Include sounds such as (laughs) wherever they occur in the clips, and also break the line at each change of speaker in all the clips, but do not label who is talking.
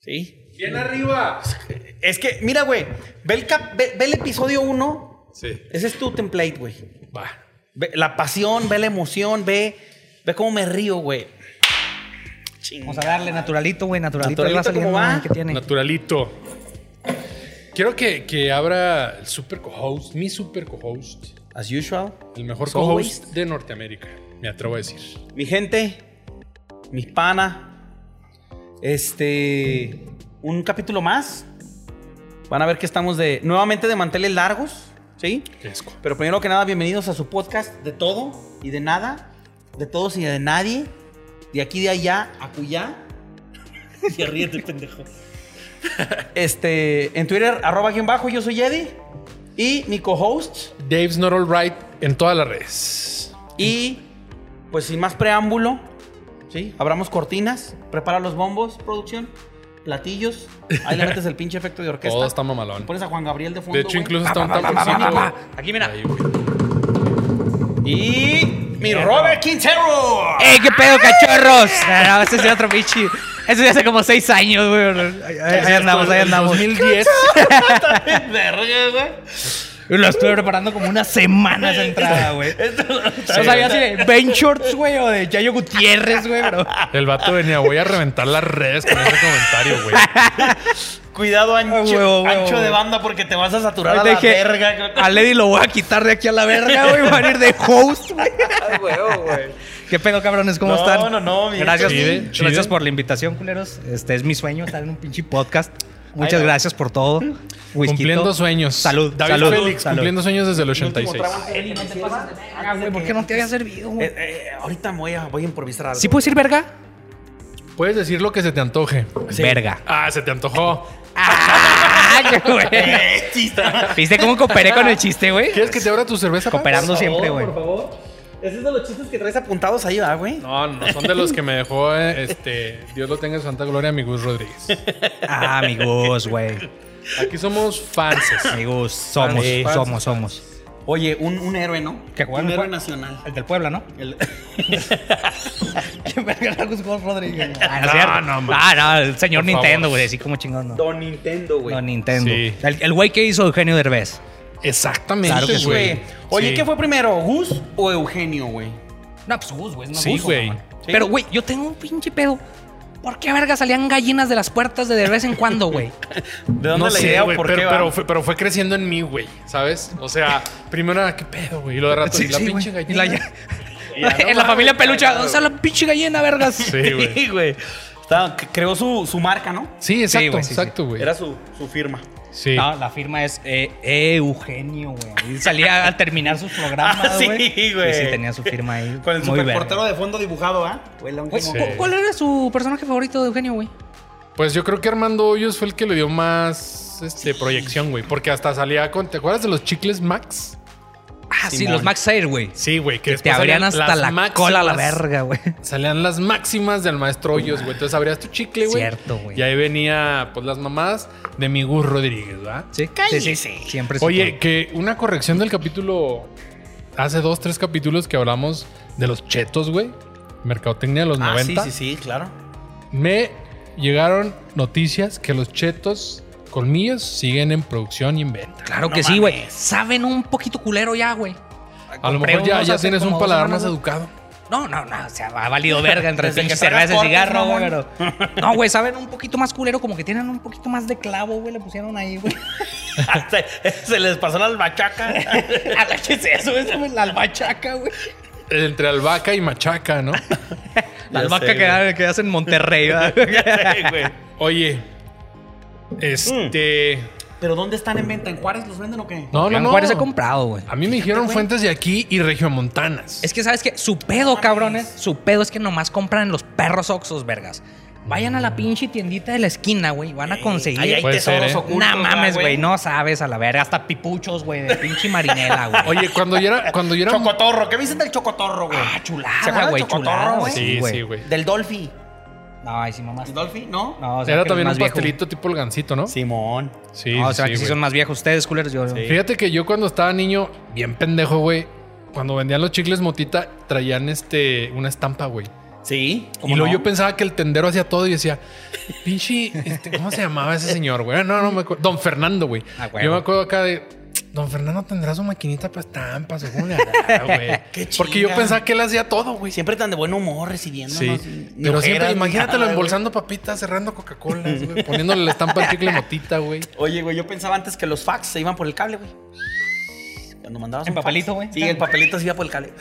Sí.
¡Bien arriba!
Es que, mira, güey, ve el, cap- ve- ve el episodio 1.
Sí.
Ese es tu template, güey.
Va.
Ve la pasión, ve la emoción, ve, ve cómo me río, güey. Ching.
Vamos a darle naturalito, güey, naturalito.
Naturalito,
Ahí va saliendo,
¿cómo va?
güey, que tiene.
Naturalito. Quiero que, que abra el super cohost, mi super cohost,
As usual.
el mejor
As
cohost
always.
de Norteamérica, me atrevo a decir.
Mi gente, mis pana, este, un capítulo más. Van a ver que estamos de nuevamente de manteles largos, ¿sí?
Fresco.
Pero primero que nada, bienvenidos a su podcast de todo y de nada, de todos y de nadie, de aquí, de allá, acullá. (laughs) Ya ríete, pendejo. (laughs) Este, en Twitter, arroba aquí bajo, yo soy Eddie. Y mi co-host.
Dave's Not Alright en todas las redes.
Y, pues sin más preámbulo, ¿sí? Abramos cortinas, prepara los bombos, producción, platillos. Ahí le metes el pinche efecto de
(laughs)
orquesta.
Todo Oh, está mamalón.
Pones a Juan Gabriel de fondo,
De hecho,
güey.
incluso está un tamborcito.
Aquí, mira.
Ahí, güey.
Y mi Robert Quintero.
(laughs)
(laughs)
¡Ey, qué pedo, cachorros! (laughs) Ah, No, no, ese es otro bichi. Eso ya hace como seis años, güey. Ahí, ahí andamos, ahí
El
andamos.
2010.
Verga, güey.
Lo estuve preparando como unas semanas de
(laughs)
entrada, güey. No sabía si de Ben Shorts, güey, o de Yayo Gutiérrez, güey, pero...
El vato venía, voy a reventar las redes con ese comentario, güey.
Cuidado ancho,
Ah, huevo, huevo,
ancho de
huevo.
banda porque te vas a saturar a la
Ahí dije,
verga.
A Lady lo voy a quitar de aquí a la verga, güey. Van a ir de host, güey. ¿Qué pedo, cabrones? ¿Cómo
No,
están?
no, no, mi-
Gracias,
Chide, chide.
gracias por la invitación, culeros. Este es mi sueño, estar en un pinche podcast. Muchas
va.
gracias por todo. Whisky.
Cumpliendo sueños.
Salud,
David
salud,
Félix,
salud.
cumpliendo sueños desde el 86.
Ah, güey, ¿Por qué no te había servido,
Eh,
güey?
ahorita me voy a, voy a improvisar algo.
¿Sí pues. puedo decir verga?
Puedes decir lo que se te antoje.
Verga.
Ah, se te antojó.
(laughs) ¡Ah, qué bueno! (laughs) ¿Viste cómo cooperé con el chiste, güey?
¿Quieres que te abra tu cerveza? Paco?
Cooperando siempre, güey.
Por favor. Ese es de los chistes que traes apuntados ahí, ¿verdad, güey?
No, no, son de los que me dejó, eh, este, Dios lo tenga en santa gloria, mi Gus Rodríguez.
Ah, amigos, güey.
Aquí somos fans.
Amigos, somos,
Sí.
somos, somos.
Oye, un, un héroe, ¿no?
Que juega en
un
el
héroe
Puebla.
nacional.
El del Puebla, ¿no?
(laughs) El-
(laughs) Que verga Marcos Gómez Rodríguez. (laughs) Ah,
No,
no, cierto.
no, man.
Ah, no, el señor
Por
Nintendo,
favor.
güey, así como chingón, no.
Don Nintendo, güey.
No, Nintendo.
Sí.
El el güey que hizo Eugenio Derbez.
Exactamente,
Claro que
Sí,
güey.
güey. Oye,
Sí.
¿qué fue primero, Gus o Eugenio, güey?
No, pues Gus, güey. No
Sí,
Gus,
güey.
mamá. Pero, güey, yo tengo un pinche pedo. ¿Por qué verga salían gallinas de las puertas de de vez en cuando,
(laughs)
güey?
Ah,
¿De
No
dónde la
sé,
idea o
güey,
por
pero,
qué,
pero
va?
fue, pero fue creciendo en mí, güey, ¿sabes? O sea, primero era, ¿qué pedo, güey? Y lo de rato, y pues, la pinche
güey. Y
gallina.
la- (laughs) en la familia pelucha, o sea, la pinche gallina, vergas.
Sí, güey.
Sí, güey. Estaba- Creó su, su marca, ¿no?
Sí, exacto,
güey, sí,
exacto, güey.
Era su, su firma.
Sí.
No, la firma es eh, Eugenio, güey. Y Salía al terminar sus
Ah,
programas,
sí,
güey.
güey.
Sí, sí, tenía su firma ahí.
Con el
Muy verga.
superportero de fondo dibujado, ¿ah? Fue la
Güey,
última-
Sí.
¿cu- ¿Cuál era su personaje favorito de Eugenio, güey?
Pues yo creo que Armando Hoyos fue el que le dio más este, proyección, güey. Porque hasta salía con. ¿Te acuerdas de los chicles Max?
Ah, sí,
Simón.
los Max Air, güey.
Sí, güey. Que
Te
después
abrían
salían
hasta
las
la
máximas-
cola a la verga, güey.
Salían las máximas del maestro Hoyos, güey. Entonces abrías tu chicle, güey.
Cierto, güey.
Y ahí venía, pues, las mamadas de mi Gus Rodríguez, ¿verdad?
Sí, sí, sí. Siempre
Oye, que una corrección del capítulo. Hace dos, tres capítulos que hablamos de los chetos, güey. Mercadotecnia de los
Ah, sí,
90.
sí, sí, (laughs) claro.
Me llegaron noticias que los chetos colmillos siguen en producción y en venta.
Claro
No
que sí, güey.
mames.
Saben un poquito culero ya, güey.
A lo
Compré
mejor ya,
unos
ya
hace
tienes
como
un
dos
paladar más
semanas.
educado.
No, no, no. O sea, ha valido verga entre
Desde que
pinche
tragas
cerveza y
cortes,
cigarro, güey.
mamón.
pero- No, güey, saben un poquito más culero, como que tienen un poquito más de clavo, güey. Le pusieron ahí, güey.
Ah, se, se les pasó la albachaca.
A la que se eso, eso, güey. La albahaca, güey.
Entre albahaca y machaca,
(laughs)
¿no?
La
Ya
albahaca
sé,
que, da- que hacen en Monterrey, ¿verdad?
Sí, güey.
Oye,
Mm.
este.
¿Pero dónde están en venta? ¿En Juárez los venden o qué?
No, no,
En
no.
Juárez he comprado, güey.
A mí me dijeron
güey.
fuentes de aquí y regiomontanas.
Es que, ¿sabes qué? Su pedo, cabrones. Su pedo es que nomás compran los perros oxos, vergas. Vayan a la pinche tiendita de la esquina, güey. Van a conseguir. Pues,
Ahí hay
Puede
tesoros
ser, ¿eh?
ocultos.
Nah mames,
¿verdad,
güey. No sabes a la verga. Hasta pipuchos, güey, de pinche marinela, güey.
(laughs) Oye, cuando yo era. Cuando yo
(laughs)
era
Chocotorro. ¿Qué me dicen del chocotorro, güey?
Ah,
¿Se
chulada,
acuerdan
güey.
del chocotorro,
Chulada,
güey?
sí, sí, güey.
Del Dolphy.
No, ay, sí, mamá.
¿El Dolphy? ¿No?
No,
Era también un
pastelito.
pastelito tipo el gancito, ¿no?
Simón.
Sí,
No, o sea,
sí,
que sí
güey.
son más viejos ustedes, culeros. Yo,
Fíjate que yo cuando estaba niño, bien pendejo, güey, cuando vendían los chicles motita, traían este una estampa, güey.
Sí.
Y
¿cómo
luego
no?
yo pensaba que el tendero hacía todo y decía, pinche, este, ¿cómo se llamaba ese señor, güey? Ah, No, no me acuerdo. Don Fernando, güey.
Ah, güey.
Yo me acuerdo acá de, Don Fernando tendrá su maquinita para estampas o cómo le
(laughs)
hará, güey.
Qué
Porque yo
chinga.
pensaba que él hacía todo, güey.
Siempre tan de buen humor recibiéndonos.
Sí,
sin
pero siempre
ojeras ni
imagínatelo
nada, güey.
embolsando papitas, cerrando Coca-Cola, güey, poniéndole la estampa al chicle motita, güey.
Oye, güey, yo pensaba antes que los fax se iban por el cable, güey. Cuando mandabas
En
un fax.
papelito, güey.
Sí, el papelito se iba por el cable.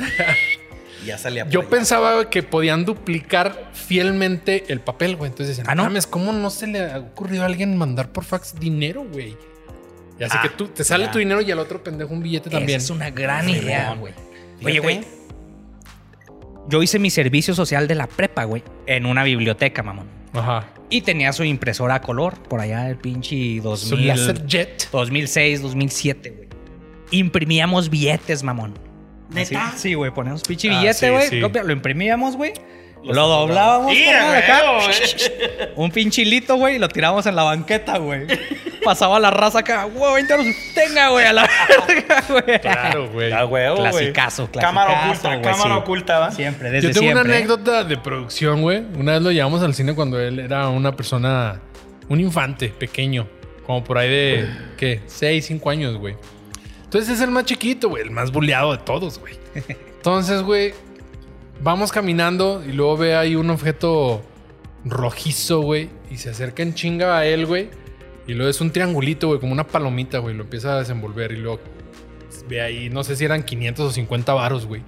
Y ya salía. por
Yo
allá.
pensaba que podían duplicar fielmente el papel, güey. Entonces decían,
Ah,
¿no?
¿no?
mames, ¿cómo no se le ha ocurrido a alguien mandar por fax dinero, güey? Y así
Ah,
que tú te sale
ya.
tu dinero y al otro pendejo un billete
También.
también.
es una gran
Simón,
idea, güey. Oye,
Fíjate.
güey, yo hice mi servicio social de la prepa, güey, en una biblioteca, mamón.
Ajá.
Y tenía su impresora a color, por allá del pinche
Su
2000,
láser jet.
2006, 2007, güey. Imprimíamos billetes, mamón.
¿Neta?
Sí, sí, güey, poníamos pinche
Ah, sí,
billete, güey.
sí.
copia, Lo imprimíamos, güey.
Los
Lo doblábamos,
Sí,
carnal,
a
acá.
huevo,
Un pinchilito, güey, y lo tirábamos en la banqueta, güey. Pasaba la raza acá, güey, 20 euros. Tenga, güey, a la verga, güey.
Claro, güey.
A huevo, güey.
Clasicazo, clasicazo,
Cámara oculta,
güey,
cámara
sí.
oculta, ¿va?
Siempre,
Yo
desde
tengo una
siempre, ¿eh?
anécdota de producción, güey. Una vez lo llevamos al cine cuando él era una persona, un infante pequeño, como por ahí
(sighs)
de, ¿qué? 6, 5 años, güey. Entonces es el más chiquito, güey, el más buleado de todos,
(laughs)
güey. Entonces, güey, vamos caminando y luego ve ahí un objeto rojizo, güey, y se acerca en chinga a él, güey. Y luego es un triangulito, güey, como una palomita, güey. Lo empieza a desenvolver y luego ve ahí, no sé si eran 500 o 50 varos, güey.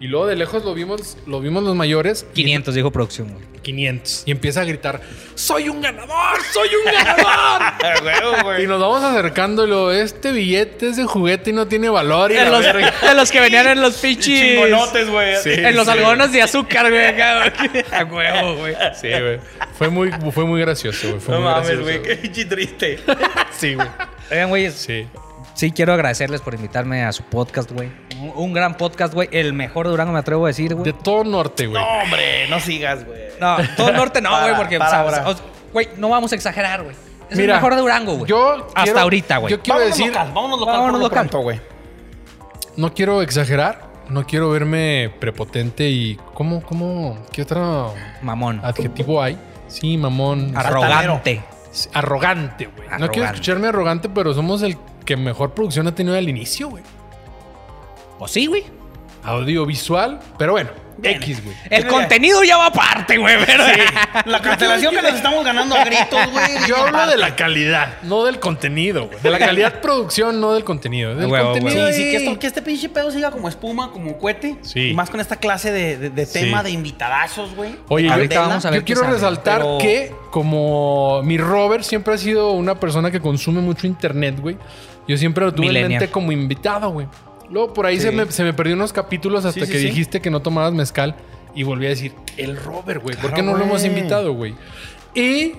Y luego de lejos lo vimos, lo vimos los mayores. y-
500, dijo producción, güey.
500. Y empieza a gritar, ¡Soy un ganador! ¡Soy un ganador!
A huevo, (laughs)
y
güey.
nos vamos acercando y lo, este billete es de juguete y no tiene valor. Y
De
la
los, (laughs)
verga".
de los que venían en los
Y
pinches.
Chingonotes, güey.
Sí.
En los algodones de azúcar, güey. acá, güey. A huevo, güey.
Sí, güey. Fue muy, fue muy gracioso, güey. Fue
No
muy
mames,
gracioso,
güey. Qué pinche triste.
(laughs)
Sí, güey.
Oigan, güey,
Sí.
sí quiero agradecerles por invitarme a su podcast, güey. Un, un gran podcast, güey. El mejor de Durango, me atrevo a decir,
De
güey.
todo norte, güey.
No, hombre, no sigas, güey.
No, todo el norte no,
Para,
güey, porque.
para,
o sea,
para.
o sea, Güey, no vamos a exagerar, güey. Es
Mira,
el mejor de Durango, güey.
Yo
Hasta
quiero-
ahorita, güey.
Yo quiero
vámonos
decir,
local, vámonos local.
vámonos
por lo
local.
pronto, güey.
no quiero exagerar, no quiero verme prepotente y... ¿Cómo, cómo? ¿Qué otro
Mamón.
Ah, adjetivo hay? Sí, mamón.
Arrogante.
Sí, Arrogante, güey. No quiero
Arrogante.
escucharme arrogante, pero somos el que mejor producción ha tenido al inicio, güey.
Pues sí, güey.
Audiovisual, pero bueno,
Bien.
X, güey.
El contenido ya va aparte, güey, pero.
La
(laughs)
cancelación que nos estamos ganando a gritos, güey.
Yo hablo de la calidad, no del contenido, güey. De la calidad producción, no del contenido. Del
Huevo,
contenido.
Sí, sí, que,
ahí.
esto- que este pinche pedo siga como espuma, como cohete.
Sí.
Y más con esta clase de, de- de tema
Sí.
de invitadazos, güey.
Oye, yo,
Ahorita vamos a
yo
ver qué
quiero
sale,
resaltar
pero-
que como mi Robert siempre ha sido una persona que consume mucho internet, güey. Yo siempre lo tuve en
Millennial.
mente como invitado, güey. Luego por ahí se, me, se me perdió unos capítulos hasta
Sí, sí,
que
sí.
dijiste que no tomabas mezcal y volví a decir, el Robert, güey. ¿Por
Claro,
qué no lo
güey.
hemos invitado, güey? Y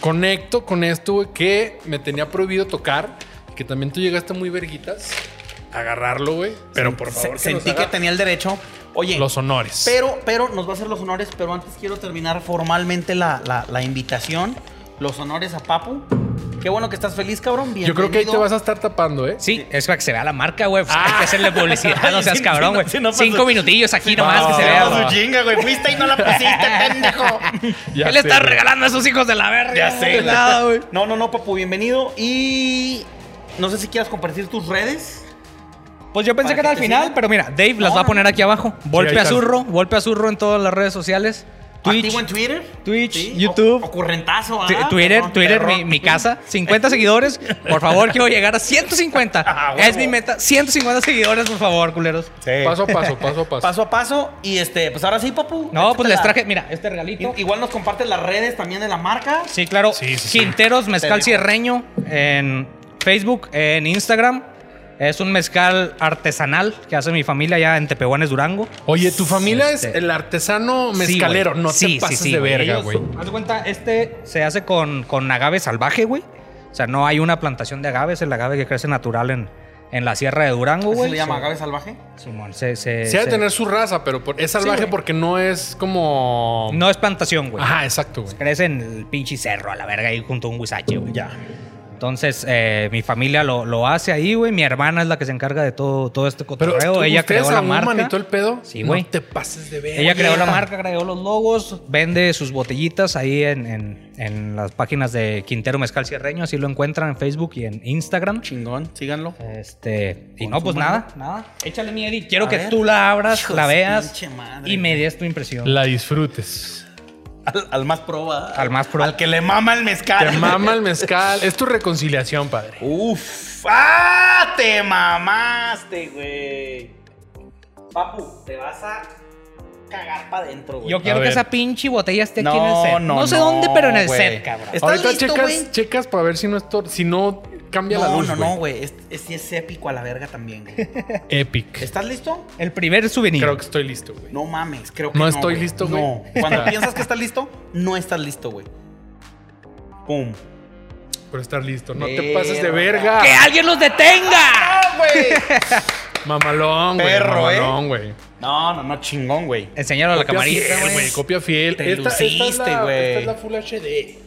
conecto con esto, güey, que me tenía prohibido tocar y que también tú llegaste muy verguitas a agarrarlo, güey. Pero
Se-
por favor, que
sentí
nos
que
haga
tenía el derecho. Oye,
los honores.
pero, pero nos va a hacer los honores, pero antes quiero terminar formalmente la, la- la invitación. Los honores a Papu. Qué bueno que estás feliz, cabrón. Bien.
yo creo que ahí te vas a estar tapando, ¿eh?
(laughs) Sí, es para que se vea la marca, güey. Pues Hay que hacerle publicidad, no seas
Sí,
cabrón,
sí,
güey.
sí, no pasa-
Cinco minutillos aquí nomás que se
no,
vea.
no,
güey.
su chinga, güey. Fuiste y no la
(laughs)
pusiste, pendejo.
Ya
¿Qué le
sé,
estás
güey.
regalando a esos hijos de la verga?
Ya sé,
(laughs) güey? Nada, güey.
No, no, no, Papu, bienvenido. Y no sé si quieras compartir tus redes.
Pues yo
Para
pensé que
que
era al
te
final,
sigan.
pero mira, Dave las
No,
va a
no,
poner aquí abajo. Volpe
ahí está.
Azurro, Volpe Azurro en todas las redes sociales. Twitch,
Activo en Twitter.
Twitch,
Sí,
YouTube.
o- Ocurrentazo,
T-
¿ah?
Twitter,
Perrón,
Twitter, mi,
perrón.
mi casa, 50 seguidores. Por favor, quiero llegar a 150.
(laughs) Ah, huevo.
es mi meta, 150 seguidores, por favor, culeros.
Paso a paso,
(laughs)
paso a paso.
Paso a paso. Y este, pues ahora sí, papu.
No, pues les
échatela.
traje, mira, este regalito.
I- Igual nos comparten las redes también de la marca.
Sí, claro.
Sí, sí, sí.
Quinteros Mezcal
Te digo.
Cierreño en Facebook, en Instagram. Es un mezcal artesanal que hace mi familia allá en Tepehuanes, Durango.
Oye, tu familia es
Este.
el artesano mezcalero.
Sí, güey.
no
Sí, sí,
te pases
sí,
de
güey.
verga,
Ellos-
güey.
Haz de cuenta, este se hace con, con agave salvaje, güey. O sea, no hay una plantación de agave, es el agave que crece natural en, en la sierra de Durango,
¿Cómo
güey.
se le llama?
Se-
¿Agave salvaje?
Simón, se, se-
Se ha de
se-
tener su raza, pero por- es salvaje
güey.
porque no es como.
No es plantación, güey.
Ajá, exacto, güey.
Crece en el pinche cerro, a la verga, ahí junto a un huizache, güey.
Ya.
Entonces, eh, mi familia lo, lo hace ahí, güey. Mi hermana es la que se encarga de todo, todo este
Pero
cotorreo. Ella creó la marca.
manito el pedo?
Sí, güey.
No te pases de ver.
Ella creó la marca, creó los logos, vende sus botellitas ahí en, en- en las páginas de Quintero Mezcal Cierreño, así lo encuentran en Facebook y en Instagram.
Chingón, síganlo.
Este, y no, pues
Consúmalo.
nada, nada. Échale mi Eddie. Quiero
A
que
ver.
tú la abras,
Hijo
la
de su
veas
pinche madre,
y me des tu impresión.
La disfrutes.
Al, al más proba.
Al más pro.
Al que le mama el mezcal.
Te mama el mezcal. Es tu reconciliación, padre.
Uf. ¡Ah! Te mamaste, güey. Papu, te vas a cagar para adentro, güey.
Yo quiero
A
que
ver.
esa pinche botella esté aquí
No,
en el set. No,
no,
sé dónde, pero en el
güey.
set, cabrón.
Es- ¿Estás
Ahorita
listo,
checas,
güey?
checas para ver si no, es tor- si no cambia la
No,
luz.
no,
güey.
no, güey. Es, es, es épico a la verga también,
(laughs)
güey.
Epic.
¿Estás listo?
El primer souvenir.
Creo que estoy listo, güey.
No mames, creo que
No
no.
estoy
güey.
listo, güey.
No.
(laughs)
Cuando piensas que estás listo, no estás listo, güey. Pum.
Por estar listo. No te
Verga.
pases de verga.
¡Que alguien los detenga!
güey!
Mamalón, güey.
Perro, ¿eh?
mamalón, güey.
(laughs) No, no, no, chingón, güey.
Enseñalo a la
Copia
camarita,
fiel,
güey.
güey. Copia fiel.
Te luciste,
la-
güey.
Esta es la Full HD.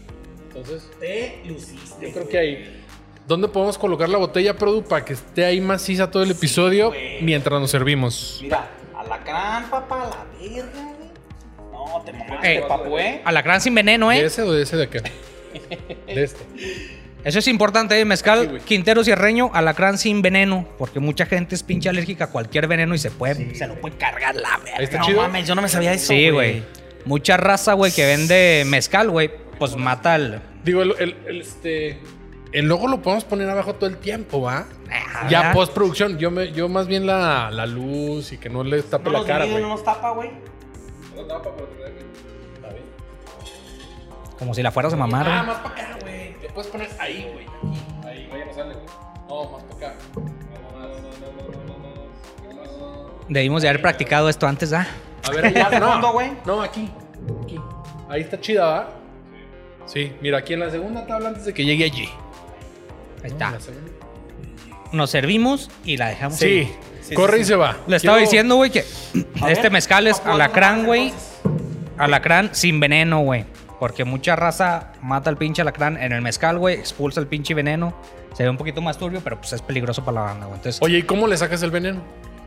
Entonces,
Te luciste.
yo creo que ahí. ¿Dónde podemos colocar la botella, Produ, para que esté ahí maciza todo el episodio
güey.
mientras nos servimos?
Mira, alacrán, papá, a la verga, güey. No, te mamaste,
Ey.
papu, eh.
Alacrán sin veneno,
¿De
¿eh?
ese o de ese
(laughs)
de acá? De este.
Eso es importante, ¿eh?
Sí,
mezcal
güey.
Quintero Cierreño, alacrán sin veneno, porque mucha gente es pinche alérgica a cualquier veneno y se puede, se lo puede cargar la verga.
está
no
chido.
mames, yo no me sabía eso.
Sí, güey. Mucha raza, güey, que vende mezcal, güey, pues mata al...
Digo, el, el- el, este, el logo lo podemos poner abajo todo el tiempo, ¿va?
Ah,
Ya pues.
¿verdad?
postproducción. Yo, me, yo más bien la, la luz y que no le tape
No
la
nos
cara,
divide,
güey.
no nos tapa, güey.
Como si la fueras a mamar,
Ah,
güey.
más para acá, güey. Te puedes poner ahí, güey. Aquí. Ahí, vaya a pasarle, güey. No, más para acá.
Debimos de haber practicado esto antes, ¿ah?
A ver, allá
¿Al fondo,
no.
güey?
No, aquí. Aquí. Ahí está chida, ¿va? Sí, mira, aquí en la segunda tabla antes de que llegue allí.
Ahí
En
está.
la segunda.
Nos servimos y la dejamos.
Sí,
ahí.
sí,
corre
sí.
y se va.
Le estaba
Quiero-
diciendo,
(clears throat)
güey, que
A
este
ver,
mezcal es
papu, haznos
alacrán,
más,
güey.
entonces.
Alacrán sin veneno, güey. Porque mucha raza mata al pinche alacrán en el mezcal, güey. Expulsa el pinche veneno. Se ve un poquito más turbio, pero pues es peligroso para la banda, güey. Entonces,
Oye, ¿y cómo le sacas el veneno?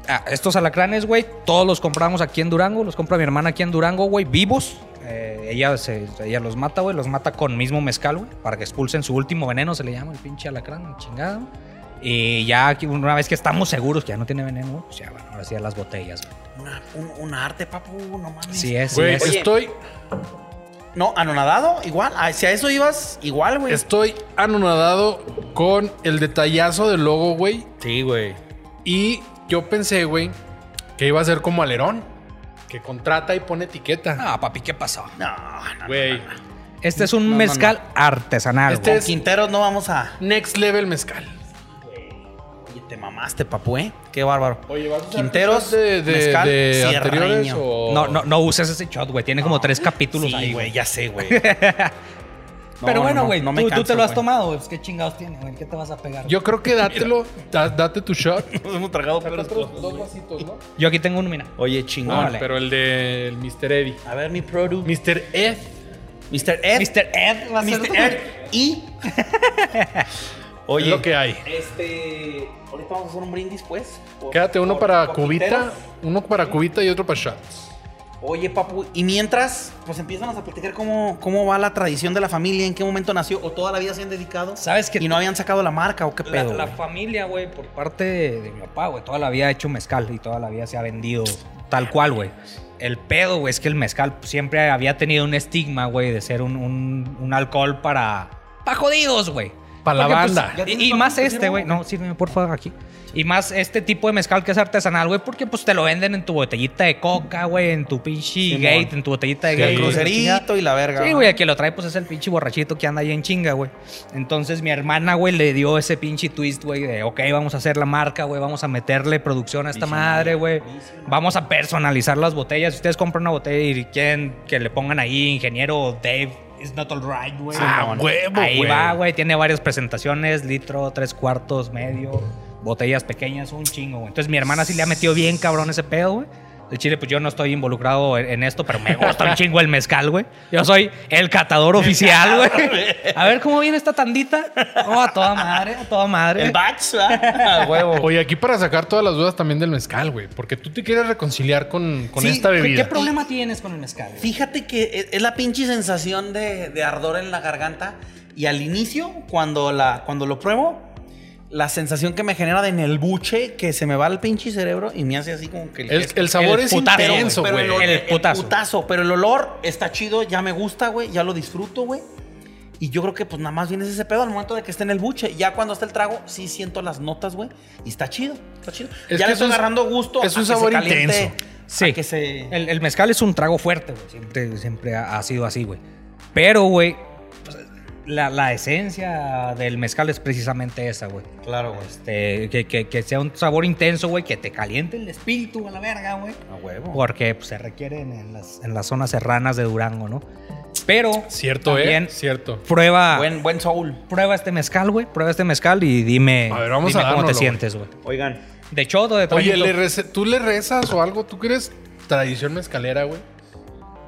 ah, estos alacranes, güey, todos los compramos aquí en Durango. Los compra mi hermana aquí en Durango, güey, vivos. Eh, ella, se- ella los mata, güey. Los mata con mismo mezcal, güey. Para que expulsen su último veneno, se le llama el pinche alacrán, chingado. Y ya aquí, una vez que estamos seguros que ya no tiene veneno, güey, pues ya, bueno, ahora sí a las botellas, güey.
Una- un, un arte, papu, no mames.
Sí es, sí
Güey,
es.
oye.
estoy,
No, anonadado, igual. Ah, Si a eso ibas, igual, güey.
estoy anonadado con el detallazo del logo, güey.
Sí, güey.
Y yo pensé, güey, que iba a ser como Alerón, que contrata y pone etiqueta.
Ah, papi, ¿qué pasó?
No, no.
Güey,
Este es un
No, no,
mezcal artesanal.
Este
güey.
Con Quinteros no vamos a.
next level mezcal.
Oye, te mamaste, papu, eh. Qué bárbaro.
Oye, ¿vas a usar
Quinteros,
de, de,
mezcal,
de anteriores
Sierraño.
o...?
No, no, no uses ese shot, güey. Tiene como tres capítulos
Sí,
ahí,
güey,
güey.
ya sé,
(laughs)
güey.
Pero bueno, güey, tú, tú te lo has
tomado
tomado, güey. Pues, ¿Qué chingados tiene, güey? ¿Qué te vas a pegar?
Yo creo que dátelo, da- date tu (laughs) shot.
Nos (laughs) hemos tragado peores
Otros
cosas,
dos
güey.
vasitos, ¿no?
Yo aquí tengo uno, mira.
Oye,
No,
chingón.
Órale.
Ah, pero el del Mr. Eddie.
A ver, mi product.
Mr. Ed.
Mr. Ed.
Mr. Ed va a ser
Mr.
tu-
Ed. Y.
Oye.
Oye.
Es lo que hay.
Este. Ahorita vamos a hacer un brindis, pues. por-
Quédate uno
por-
para
por
cubita,
Quinteros.
uno para cubita y otro para shots.
Oye, papu. Y mientras, pues empiezan a platicar cómo, cómo va la tradición de la familia, en qué momento nació, o toda la vida se han dedicado.
¿Sabes qué?
Y no habían sacado la marca, o qué
La,
pedo.
la
güey?
familia, güey, por parte de, de mi papá, güey, toda la vida ha hecho mezcal y toda la vida se ha vendido tal cual, güey. El pedo, güey, es que el mezcal siempre había tenido un estigma, güey, de ser un, un- un alcohol para... ¡Para jodidos, güey!
Pa' la
Porque, pues,
banda.
Ya tienes
y y
todo
más
lo que
este,
quiero,
güey. No, sírveme, por favor, aquí. Y más este tipo de mezcal que es artesanal, güey, porque pues te lo venden en tu botellita de coca, güey, en tu pinche
Simón.
gate, en tu botellita de
Sí.
gate.
El
la chingada.
crucerito y la verga.
Sí,
¿no?
güey, el que lo trae pues es el pinche borrachito que anda ahí en chinga, güey. Entonces mi hermana, güey, le dio ese pinche twist, güey, de, ok, vamos a hacer la marca, güey, vamos a meterle producción a esta madre, güey. Vamos a personalizar las botellas. Si ustedes compran una botella y quieren que le pongan ahí, ingeniero Dave, it's not alright, güey.
Ah, huevo,
Ahí
güey.
va, güey, tiene varias presentaciones, litro, tres cuartos, medio, botellas pequeñas, un chingo, güey. Entonces mi hermana sí le ha metido bien cabrón ese pedo, güey. De Chile, pues yo no estoy involucrado en, en esto, pero me gusta un chingo el mezcal, güey. Yo soy el catador oficial, güey. A ver cómo viene esta tandita. Oh, a toda madre, a toda madre.
El batch, ¿verdad?
A huevo.
Oye, aquí para sacar todas las dudas también del mezcal, güey. Porque tú te quieres reconciliar con, con
Sí,
esta
¿qué- qué
bebida.
¿Qué problema tienes con el mezcal? güey?
(laughs) Fíjate que e, es- es la pinche sensación de, de ardor en la garganta. Y al inicio, cuando, la, cuando lo pruebo, la sensación que me genera de en el buche, que se me va al pinche cerebro y me hace así como que...
el, el sabor
el
es
putazo,
intenso,
güey.
güey.
el, olor-
El
el
putazo.
putazo. Pero el olor está chido, ya me gusta, güey. Ya lo disfruto, güey. Y yo creo que pues nada más vienes ese pedo al momento de que esté en el buche. Ya cuando está el trago, sí siento las notas, güey. Y está chido, está chido.
Es
ya le
que es
estoy
un-
agarrando gusto.
es
a
un
que se
sabor
caliente,
intenso.
a
Sí.
que se...
El, el mezcal es un trago fuerte, güey. Siempre, siempre ha, ha sido así, güey. Pero, güey, pues, la, la esencia del mezcal es precisamente esa, güey.
Claro, güey.
Este, que, que- que sea un sabor intenso, güey, que te caliente el espíritu a la verga, güey.
A huevo.
Porque pues, se requieren en las, en las zonas serranas de Durango, ¿no? Pero,
Cierto,
También-
¿eh? Cierto.
prueba,
Buen, buen soul.
prueba este mezcal, güey. Prueba este mezcal y dime,
A ver, vamos
dime
a
cómo te
dárnoslo,
sientes, güey.
Oigan,
¿De chodo, de
Oye,
traguito?
¿le rece- ¿tú le rezas o algo? ¿Tú crees tradición mezcalera, güey?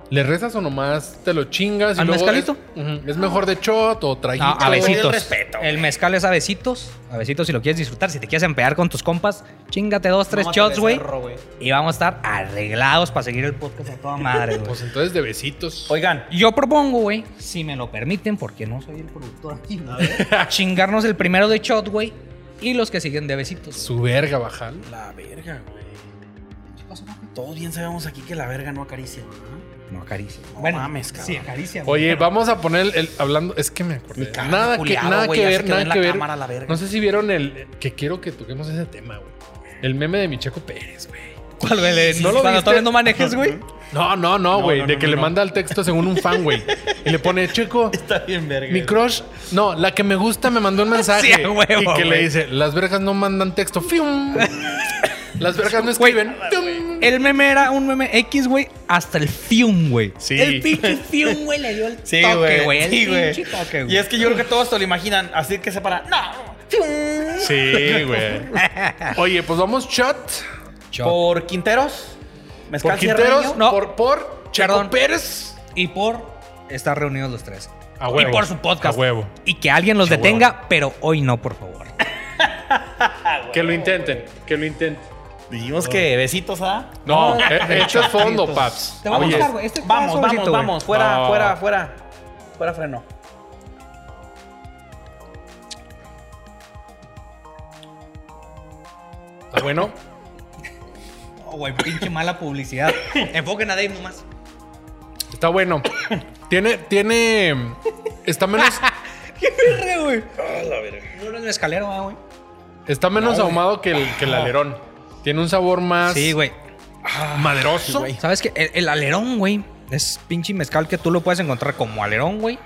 ¿Le rezas o nomás te lo chingas? y
¿Al
luego
mezcalito?
Es, Ujú. ¿Es mejor de shot o traguito?
No, a
el
besitos.
respeto, güey.
El mezcal es a besitos. A besitos si lo quieres disfrutar. Si te quieres empear con tus compas, chingate dos, tres
Tómate
shots, güey.
becerro, güey.
Y vamos a estar arreglados para seguir el podcast a
(laughs)
toda madre, güey.
Pues entonces de besitos.
Oigan,
Yo propongo, güey, si me lo permiten, porque no soy el productor aquí, güey, chingarnos el primero de shot, güey, y los que siguen de besitos.
Su verga, bajal.
(laughs) la verga, güey. ¿Qué pasó, Paco? Todos bien sabemos aquí que la verga no acaricia, ¿verdad?
No acaricia.
No (laughs) mames, cabrón.
Sí, acaricia. güey.
Oye, vamos a poner el, el- hablando. Es que me
Mi
acordé.
cara
Nada,
de culiado,
que, nada
güey,
que
ya se
ver,
quedó
nada
en la
que ver.
cámara, la verga.
No sé si vieron el. Que quiero que toquemos ese tema, güey. El meme de Micheco Pérez, güey.
¿Cuál, güey? Le-
Sí,
no
sí, cuando
lo cuando
todavía
no
no
manejes, güey.
No, no, no, güey.
no,
de
no,
que le
no.
manda el texto según un fan, güey. Y le pone, Checo,
Está bien, verga.
mi crush. No, la que me gusta me mandó un mensaje.
(laughs) Sí, a huevo,
y que le
güey.
dice, las vergas no mandan texto. ¡Fium!
(laughs)
Las vergas no escriben. ¡Fium!
El meme era un meme X, güey, hasta el fium, güey.
Sí.
El pinche fium, güey, le dio el
Sí,
toque, güey.
güey.
El
Sí, güey.
pinche toque, güey.
Y es que yo creo que todos te lo imaginan. Así que se para. ¡No! ¡Fium!
Sí,
(laughs)
güey. Oye, pues vamos shot.
Por-
Por Quinteros. Mezcal
Por Quinteros,
Sierreño.
No.
por, por Checo
Perdón.
Pérez.
y por estar reunidos los tres.
A huevo.
Y por su podcast.
A huevo.
Y que alguien los
A
detenga, pero hoy no, por favor.
Que lo intenten, que lo intenten.
Dijimos
Oh.
que besitos, ¿ah?
No, eh, esto es fondo, paps.
Te va a
Oye,
gustar, güey. Este fue
vamos,
suavecito,
vamos,
güey.
vamos. Fuera,
No.
fuera, fuera. Fuera freno.
¿Está bueno?
No, Oh, güey, pinche mala publicidad. Enfoquen a Dave nomás.
Está bueno. Tiene, tiene... Está
(laughs)
menos,
¡Qué perre, güey! No eres escalero, ah, güey.
está menos ahumado que el, que el alerón. Tiene un sabor más...
Sí, güey.
Maderoso.
¿Sabes qué? El, el alerón, güey, es pinche mezcal que tú lo puedes encontrar como alerón, güey.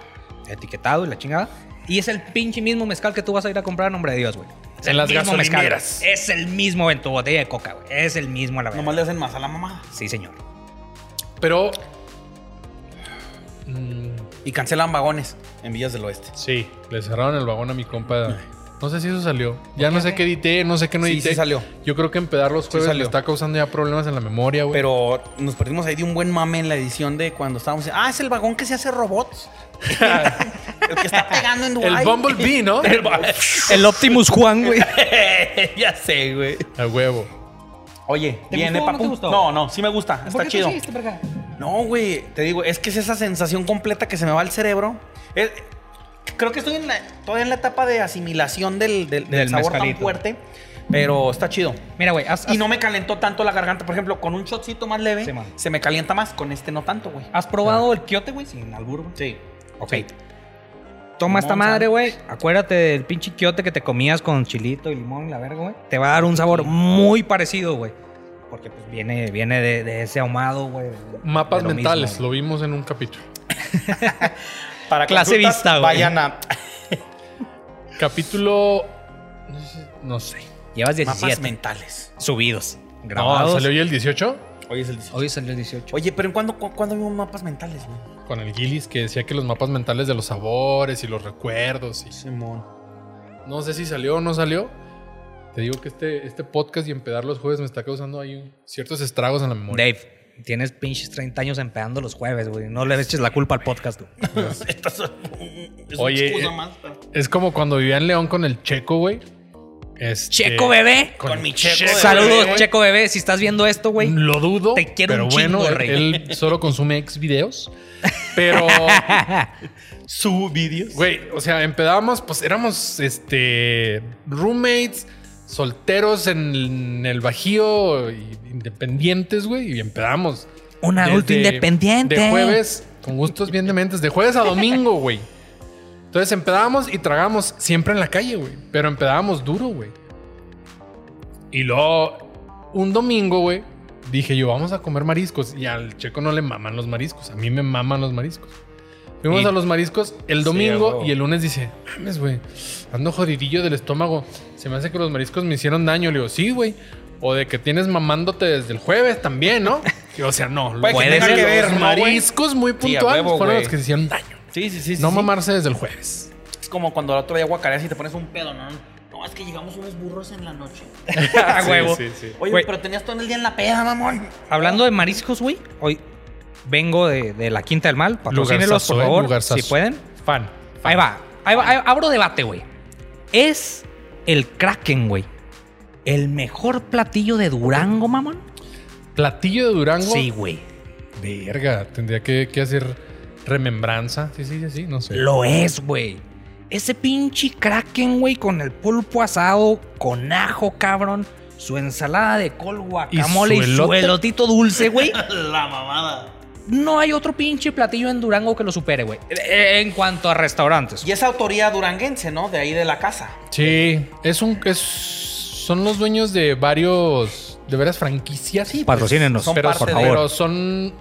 Etiquetado y la chingada. Y es el pinche mismo mezcal que tú vas a ir a comprar, nombre de Dios, güey. Es
En
el
las
mismo mezcal,
gasolineras.
güey. Es el mismo en tu botella de coca, güey. Es el mismo a la verdad.
Nomás le hacen más a la mamá.
Sí, señor.
Pero... mm,
Y cancelan vagones en Villas del Oeste.
sí, le cerraron el vagón a mi compa. No sé si eso salió. Ya no sé qué edité, no sé qué no
Sí,
edité.
sí salió.
Yo creo que empedar los jueves le
salió.
está causando ya problemas en la memoria, güey.
Pero nos perdimos ahí de un buen mame en la edición de cuando estábamos. Ah, es el vagón que se hace robots.
(laughs)
el que está pegando en Dubai.
El Bumblebee, ¿no?
El Optimus Juan, (laughs) güey.
(laughs) ya sé, güey.
A huevo.
Oye,
¿Te
viene
gustó o no
papu.
te gustó?
no, no, sí me gusta.
¿Por
Está
qué
chido.
te hiciste, verga?
No, güey. Te digo, es que es esa sensación completa que se me va al cerebro. Es- creo que estoy en la, todavía en la etapa de asimilación del, del- del
Del
sabor tan
mezcalito.
fuerte. Pero está chido.
Mira, güey, has,
Y
has-
no me calentó tanto la garganta. Por ejemplo, con un shotcito más leve,
Sí, man. Ah.
se me calienta más. Con este no tanto, güey.
¿has probado el quiote, güey, sin albur, güey.
Sí.
Ok. Toma esta
Limón,
madre,
sal.
güey. Acuérdate del pinche quiote que te comías con chilito y limón y la verga, güey. Te va a dar un sabor muy parecido, güey. Porque pues viene, viene de, de ese ahumado, güey.
Mapas
De lo
mentales,
mismo,
lo vimos en un capítulo.
Para
Clase
consultas,
vista, güey.
Vayan a.
Capítulo. no sé- No sé.
Llevas 17
Mapas mentales.
subidos. Grabados.
No, ¿Salió ya el 18?
Hoy es el 18.
Hoy salió el 18.
Oye, pero ¿en cuándo, cu- cuándo vimos mapas mentales, güey?
Con el Gillis que decía que los mapas mentales de
(laughs)
los sabores y los recuerdos. y-
Simón.
No sé si salió o no salió. Te digo que este, este podcast y empedar los jueves me está causando ahí un- ciertos estragos en la memoria.
Dave, tienes pinches 30 años empedando los jueves, güey. No le eches la culpa al podcast,
(laughs)
güey.
Esta es un- es una
Oye,
excusa
eh,
más, pero-
Es como cuando vivía en León con el Checo, güey. Este-
Checo bebé.
Con, mi checo. de
Saludos,
bebé.
Checo bebé. Si estás viendo esto, güey.
Lo dudo.
Te quiero
pero
un
bueno,
chingo,
él-
rey.
él, solo consume ex videos.
(laughs)
Pero,
Su vídeos.
güey, o sea, empedábamos, pues éramos este roommates, solteros en, en el bajío, y- independientes, güey, y empedábamos.
Un adulto
Desde-
independiente.
De
(laughs)
jueves, con gustos bien dementes, de jueves a domingo, güey. Entonces empedábamos y tragábamos siempre en la calle, güey. Pero empedábamos duro, güey. Y luego, un domingo, güey, dije yo, vamos a comer mariscos. Y al checo no le maman los mariscos. A mí me maman los mariscos. Fuimos
Y-
a los mariscos el
Sí, a
domingo
huevo.
y el lunes dice, mames, güey, ando jodidillo del estómago. Se me hace que los mariscos me hicieron daño. Le digo, sí, güey. O de que tienes mamándote desde el jueves también, ¿no? Y, (laughs) o sea, no.
Puede
los-
que
Puede
tenga
ser,
que
los
ver, ¿no, güey?
mariscos muy
Sí, a
puntuales
huevo,
fueron
güey.
los que se hicieron daño.
Sí, sí, sí. sí,
no
sí.
mamarse desde el jueves.
Es como cuando la otra día guacareas y te pones un pedo, ¿no? No, es que llegamos unos burros en la noche.
A Ah, huevo.
Oye,
Güey.
pero tenías todo el día en la peda, mamón.
Hablando de mariscos, güey. Hoy vengo de, de la Quinta del Mal. Patrocínelos, por
Lugarzazo, eh,
favor.
lugarzazo.
Si pueden.
Fan.
Ahí va. Ahí va. ahí- abro debate, güey. ¿Es el Kraken, güey? ¿El mejor platillo de Durango, mamón?
Platillo de Durango.
Sí, güey.
Verga. Tendría que, que hacer remembranza. Sí, sí, sí, sí. No sé.
Lo es, güey. Ese pinche kraken, güey, con el pulpo asado, con ajo, cabrón. Su ensalada de col, guacamole y
su
su
elote.
elotito dulce, güey.
La mamada.
No hay otro pinche platillo en Durango que lo supere, güey. Eh, En cuanto a restaurantes.
Y esa autoría duranguense, ¿no? De ahí de la casa.
Sí. Es un. Es, son los dueños de varios. De veras franquicias. Sí,
pues, Patrocínenos,
son
pero,
parte
por
de-
favor.
pero son.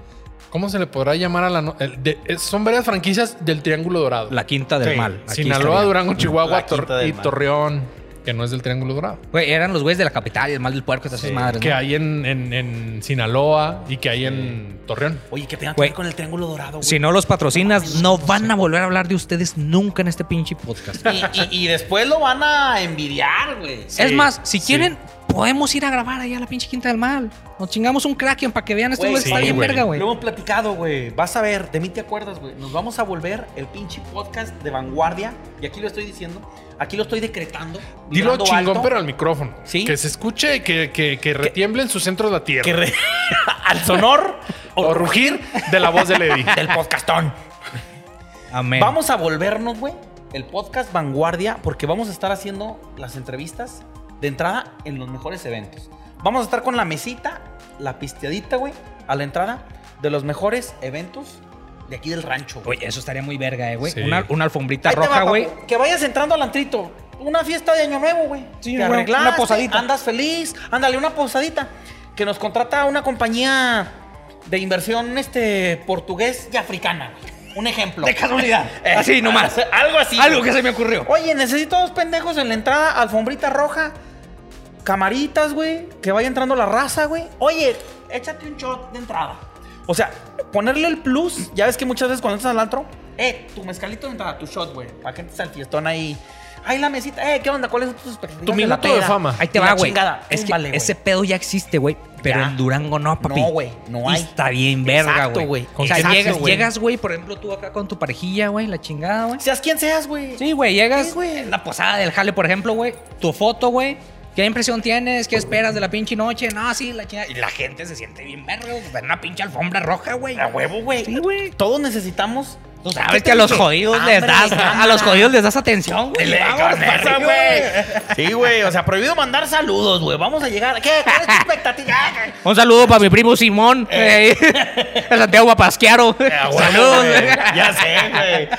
¿Cómo se le podrá llamar a la.? no- el de- eh, son varias franquicias del Triángulo Dorado.
La quinta del
Sí,
mal. Aquí está
Sinaloa,
bien.
Durango, Chihuahua
La Quinta
Tor-
del
y
Mar.
Torreón, que no es del Triángulo Dorado.
Güey, eran los güeyes de la capital, el mal del puerco, esas madres.
Que
¿no?
hay en, en- en Sinaloa y que hay en Torreón.
Oye, ¿qué pedo que
Güey.
ver con el triángulo dorado, güey?
Si no los patrocinas, no van a volver a hablar de ustedes nunca en este pinche podcast.
Y, y- y después lo van a envidiar, güey.
es más, si
sí.
quieren, podemos ir a grabar allá a la pinche Quinta del Mal. Nos chingamos un Kraken para que vean esto.
Güey,
güeyes.
sí,
está bien
güey.
verga, güey.
Lo hemos platicado, güey. Vas a ver, de mí te acuerdas, güey. Nos vamos a volver el pinche podcast de vanguardia. Y aquí lo estoy diciendo. Aquí lo estoy decretando.
Dilo
vibrando
chingón,
alto.
pero al micrófono.
Sí.
Que se escuche y que, que, que retiemble en su centro de la tierra.
Que re- (laughs) al sonor
o rugir de la voz de
(laughs)
Lady.
del podcastón.
Amén.
Vamos a volvernos, güey, el podcast vanguardia porque vamos a estar haciendo las entrevistas de entrada en los mejores eventos. Vamos a estar con la mesita, la pisteadita, güey, a la entrada de los mejores eventos de aquí del rancho. güey.
Oye, eso estaría muy verga, eh, güey.
Sí.
Una, una alfombrita
Ahí te
roja,
va,
güey.
papu, Que vayas entrando al antrito. Una fiesta de Año Nuevo, güey.
Sí,
Te
una-
arreglaste,
una posadita.
Andas feliz. Ándale, una posadita. Que nos contrata una compañía de inversión este, portugués y africana. güey. Un ejemplo.
De
(laughs)
casualidad.
Eh,
Así nomás.
Algo así.
Algo
güey.
que se me ocurrió.
Oye, necesito dos pendejos en la entrada, alfombrita roja, camaritas, güey, que vaya entrando la raza, güey. Oye, échate un shot de entrada. O sea, ponerle el plus, ya ves que muchas veces cuando entras al antro, eh, tu mezcalito de entrada, tu shot, güey, para que entres al fiestón ahí. Ahí la mesita, eh, ¿qué onda? ¿Cuáles son tus expectativas?
Tu
de la
minuto de
peda?
fama.
Ahí te
Y la
va, güey.
chingada,
Es que
túmbale, güey.
ese pedo ya existe, güey. Pero
Ya.
en Durango no, papi.
No, güey, no
Y
hay.
Está bien verga,
Exacto,
güey.
güey.
O sea,
Exacto,
llegas,
güey.
llegas, güey, por ejemplo, tú acá con tu parejilla, güey, la chingada, güey.
Seas quien seas, güey.
Sí, güey, llegas
Sí, güey.
en la posada del jale, por ejemplo, güey. Tu foto, güey. ¿Qué impresión tienes? ¿Qué esperas de la pinche noche? No, sí, la chingada. Y la gente se siente bien verga, güey. Está en una pinche alfombra roja, güey.
A huevo, Ah, güey.
Sí, güey.
Todos necesitamos.
Tú sabes que a los jodidos les das, a los jodidos les das atención, güey. Vámonos para arriba,
Sí, güey. O sea, prohibido mandar saludos, güey. Vamos a llegar. ¿Qué? ¿Cuál es tu expectativa?
Un saludo para mi primo Simón,
(laughs)
eh, el Santiago Papasquiaro.
Saludos,
Saludos.
Ya sé, güey.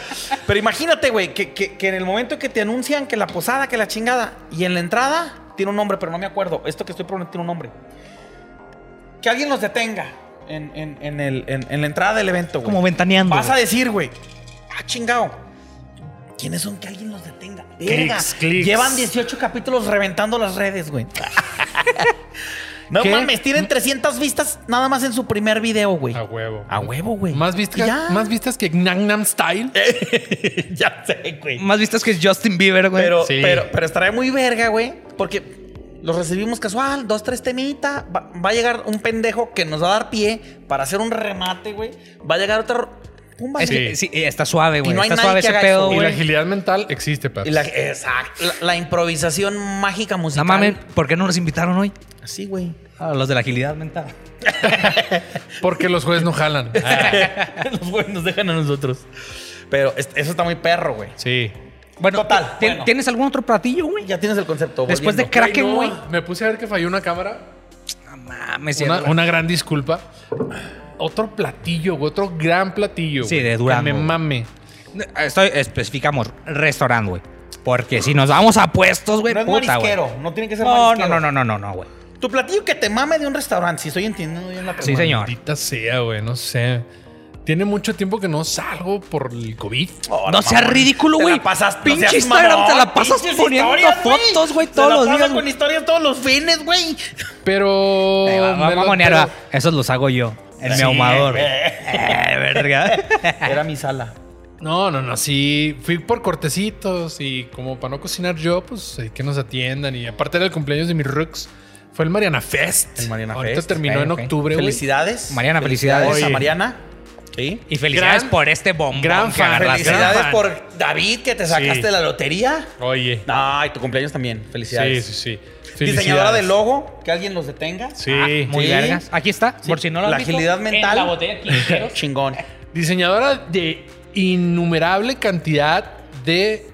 Pero imagínate, güey, que, que- que en el momento que te anuncian que la posada, que la chingada, y en la entrada tiene un nombre, pero no me acuerdo. Esto que estoy preguntando tiene un nombre. Que alguien los detenga en, en- en el- en- en la entrada del evento, güey.
Como ventaneando.
Vas a
güey.
decir, güey. Ah, chingado. ¿Quiénes son que alguien los detenga? Verga.
Clics, clics.
Llevan 18 capítulos reventando las redes, güey. no
¿Qué?
mames, tienen 300 vistas nada más en su primer video, güey.
A huevo.
A huevo, güey.
Más
Ya.
vistas, más vistas que Gangnam Style.
Eh,
(laughs) ya sé, güey.
Más vistas que Justin Bieber, güey.
Pero,
Sí.
pero, pero estaría muy verga, güey. Porque Los recibimos casual, dos, tres temitas. Va, va a llegar un pendejo que nos va a dar pie para hacer un remate, güey. Va a llegar otro. Pum, va a
Es
llegar-
que Eh, sí, está suave, güey.
no hay
está
nadie
suave
que
ese
haga eso,
pedo,
güey.
Y la
güey.
agilidad mental existe, Paps.
y la, exacto. La, la improvisación mágica
No
musical.
mames, ¿por qué no nos invitaron hoy?
Así,
(laughs)
güey.
A los de la agilidad mental.
Porque los jueves no
(laughs)
jalan. Ah,
Los güeyes nos dejan a nosotros. Pero es- eso está muy perro, güey.
sí.
Bueno,
Total,
¿tien-
bueno.
¿tienes algún otro platillo, güey?
Ya tienes el concepto.
Después de
volviendo.
Kraken,
Ay,
güey.
no, Me puse a ver que falló una cámara.
No mames,
Una,
ya-
una gran disculpa. Otro platillo, güey. Otro gran platillo.
Sí,
güey,
de Durango,
que Me
güey.
mame.
Estoy, especificamos, restaurante, güey. Porque si nos vamos a puestos, güey,
No es
puta, güey.
marisquero. No tiene que ser
No, no,
marisquero.
no, no, no, no, no, güey.
Tu platillo que te mame de un restaurante, si estoy entendiendo bien la
Sí,
pregunta.
señor.
Maldita sea, güey. No sé. Tiene mucho tiempo que no salgo por el COVID.
Oh,
no seas
mamón.
ridículo,
Te
güey.
la pasas- no
Pinche
seas
Instagram
mamón.
te la pasas
Pinches
poniendo
historias,
fotos, güey,
Se
todos
la
los
pasa
días,
con
güey.
historias todos los fines,
(laughs)
güey.
Pero.
Eh, va- va-
me lo-
va a monear,
pero-
va. Esos los hago yo. En mi
Sí,
ahumador.
güey. (laughs)
Eh, verga.
Era mi sala.
No, no, no. Sí, fui por cortecitos y como para no cocinar yo, pues hay que nos atiendan. Y aparte era el cumpleaños de mis rooks. Fue el Mariana Fest.
El Mariana
Ahorita
Fest,
terminó
ok,
en
ok.
octubre, güey.
Felicidades.
Mariana, felicidades.
a
Oye.
Mariana. Sí.
Y felicidades
Gran-
por este bombón
gran
que
fan.
agarraste. Ah,
Felicidades
fan.
por David, que te sacaste
Sí.
la lotería.
Oye.
Ay, tu cumpleaños también.
Sí,
Felicidades.
sí, sí.
Diseñadora
Felicidades.
de logo, que alguien los detenga.
Sí.
Ah, muy
Sí.
vergas. Aquí está,
Sí.
por si no lo has
La
visto,
agilidad
en
mental.
la botella
(laughs)
Quinteros.
Chingón.
Diseñadora de innumerable cantidad de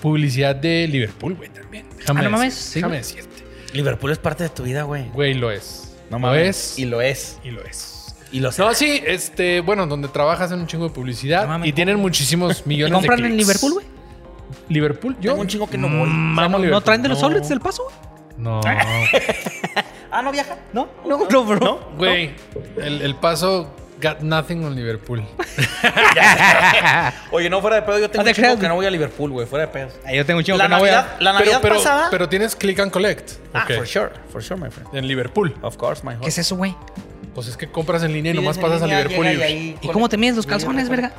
publicidad de Liverpool, güey, también. Déjame
Ah, no
decir-
mames, sí,
déjame
güey.
decirte.
Liverpool es parte de tu vida, güey.
Güey, lo es.
No
Lo
mames.
es.
Y lo es.
y lo es.
Y lo
No, sí, este, bueno, donde trabajas en un chingo de publicidad
No mames,
y tienen muchísimos millones de
¿Compran en
clics.
Liverpool, güey?
Liverpool, yo.
Tengo un chingo que no voy.
Mm, amo
¿No,
Liverpool.
traen de los
No.
outlets del paso? güey? (laughs)
No.
Ah, ¿no viaja?
No, no, no, bro.
Güey, el, el paso got nothing on Liverpool.
Oye, no, fuera de pedo. Yo tengo
No te
un chingo
creas.
que no voy a Liverpool, güey. Fuera de pedo.
Ah, Yo tengo un chingo
La
que no voy a...
Navidad, la Navidad
pero, pero,
pasada.
pero tienes click and collect.
ah,
Ok.
for sure. For sure, my friend.
En Liverpool.
Of course, my
¿Qué es eso, güey?
Pues es que compras en línea y nomás pasas a Liverpool. Y,
¿Y cómo te mides los calzones, verga?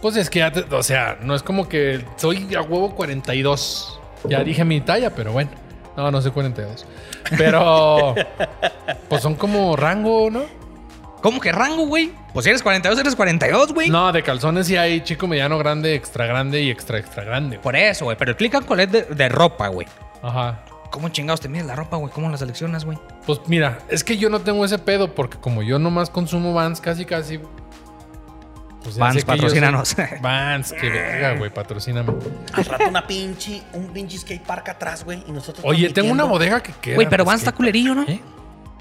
pues es que ya, te- o sea, no es como que soy a huevo 42. Ya dije mi talla, pero bueno. No, no soy 42.
(laughs)
Pero pues son como rango, ¿no?
¿Cómo que rango, güey? Pues si eres 42, eres 42, güey.
No, de calzones sí hay chico mediano grande, extra grande y extra extra grande. güey.
Por eso, güey. Pero el click and collect de, de ropa, güey.
Ajá.
¿Cómo chingados te mides la ropa, güey? ¿Cómo la seleccionas, güey?
Pues mira, es que yo no tengo ese pedo porque como yo nomás consumo Vans casi casi... Pues ya
Vans,
sé que yo soy-
patrocínanos.
Vans,
(laughs)
que verga, güey, patrocíname.
(laughs) Al rato una pinche, un pinche skate park atrás, güey. Y nosotros.
Oye, tengo una
transmitiendo.
bodega que queda...
Güey, pero
pues,
Vans está
que-
culerillo, ¿no?
¿Eh?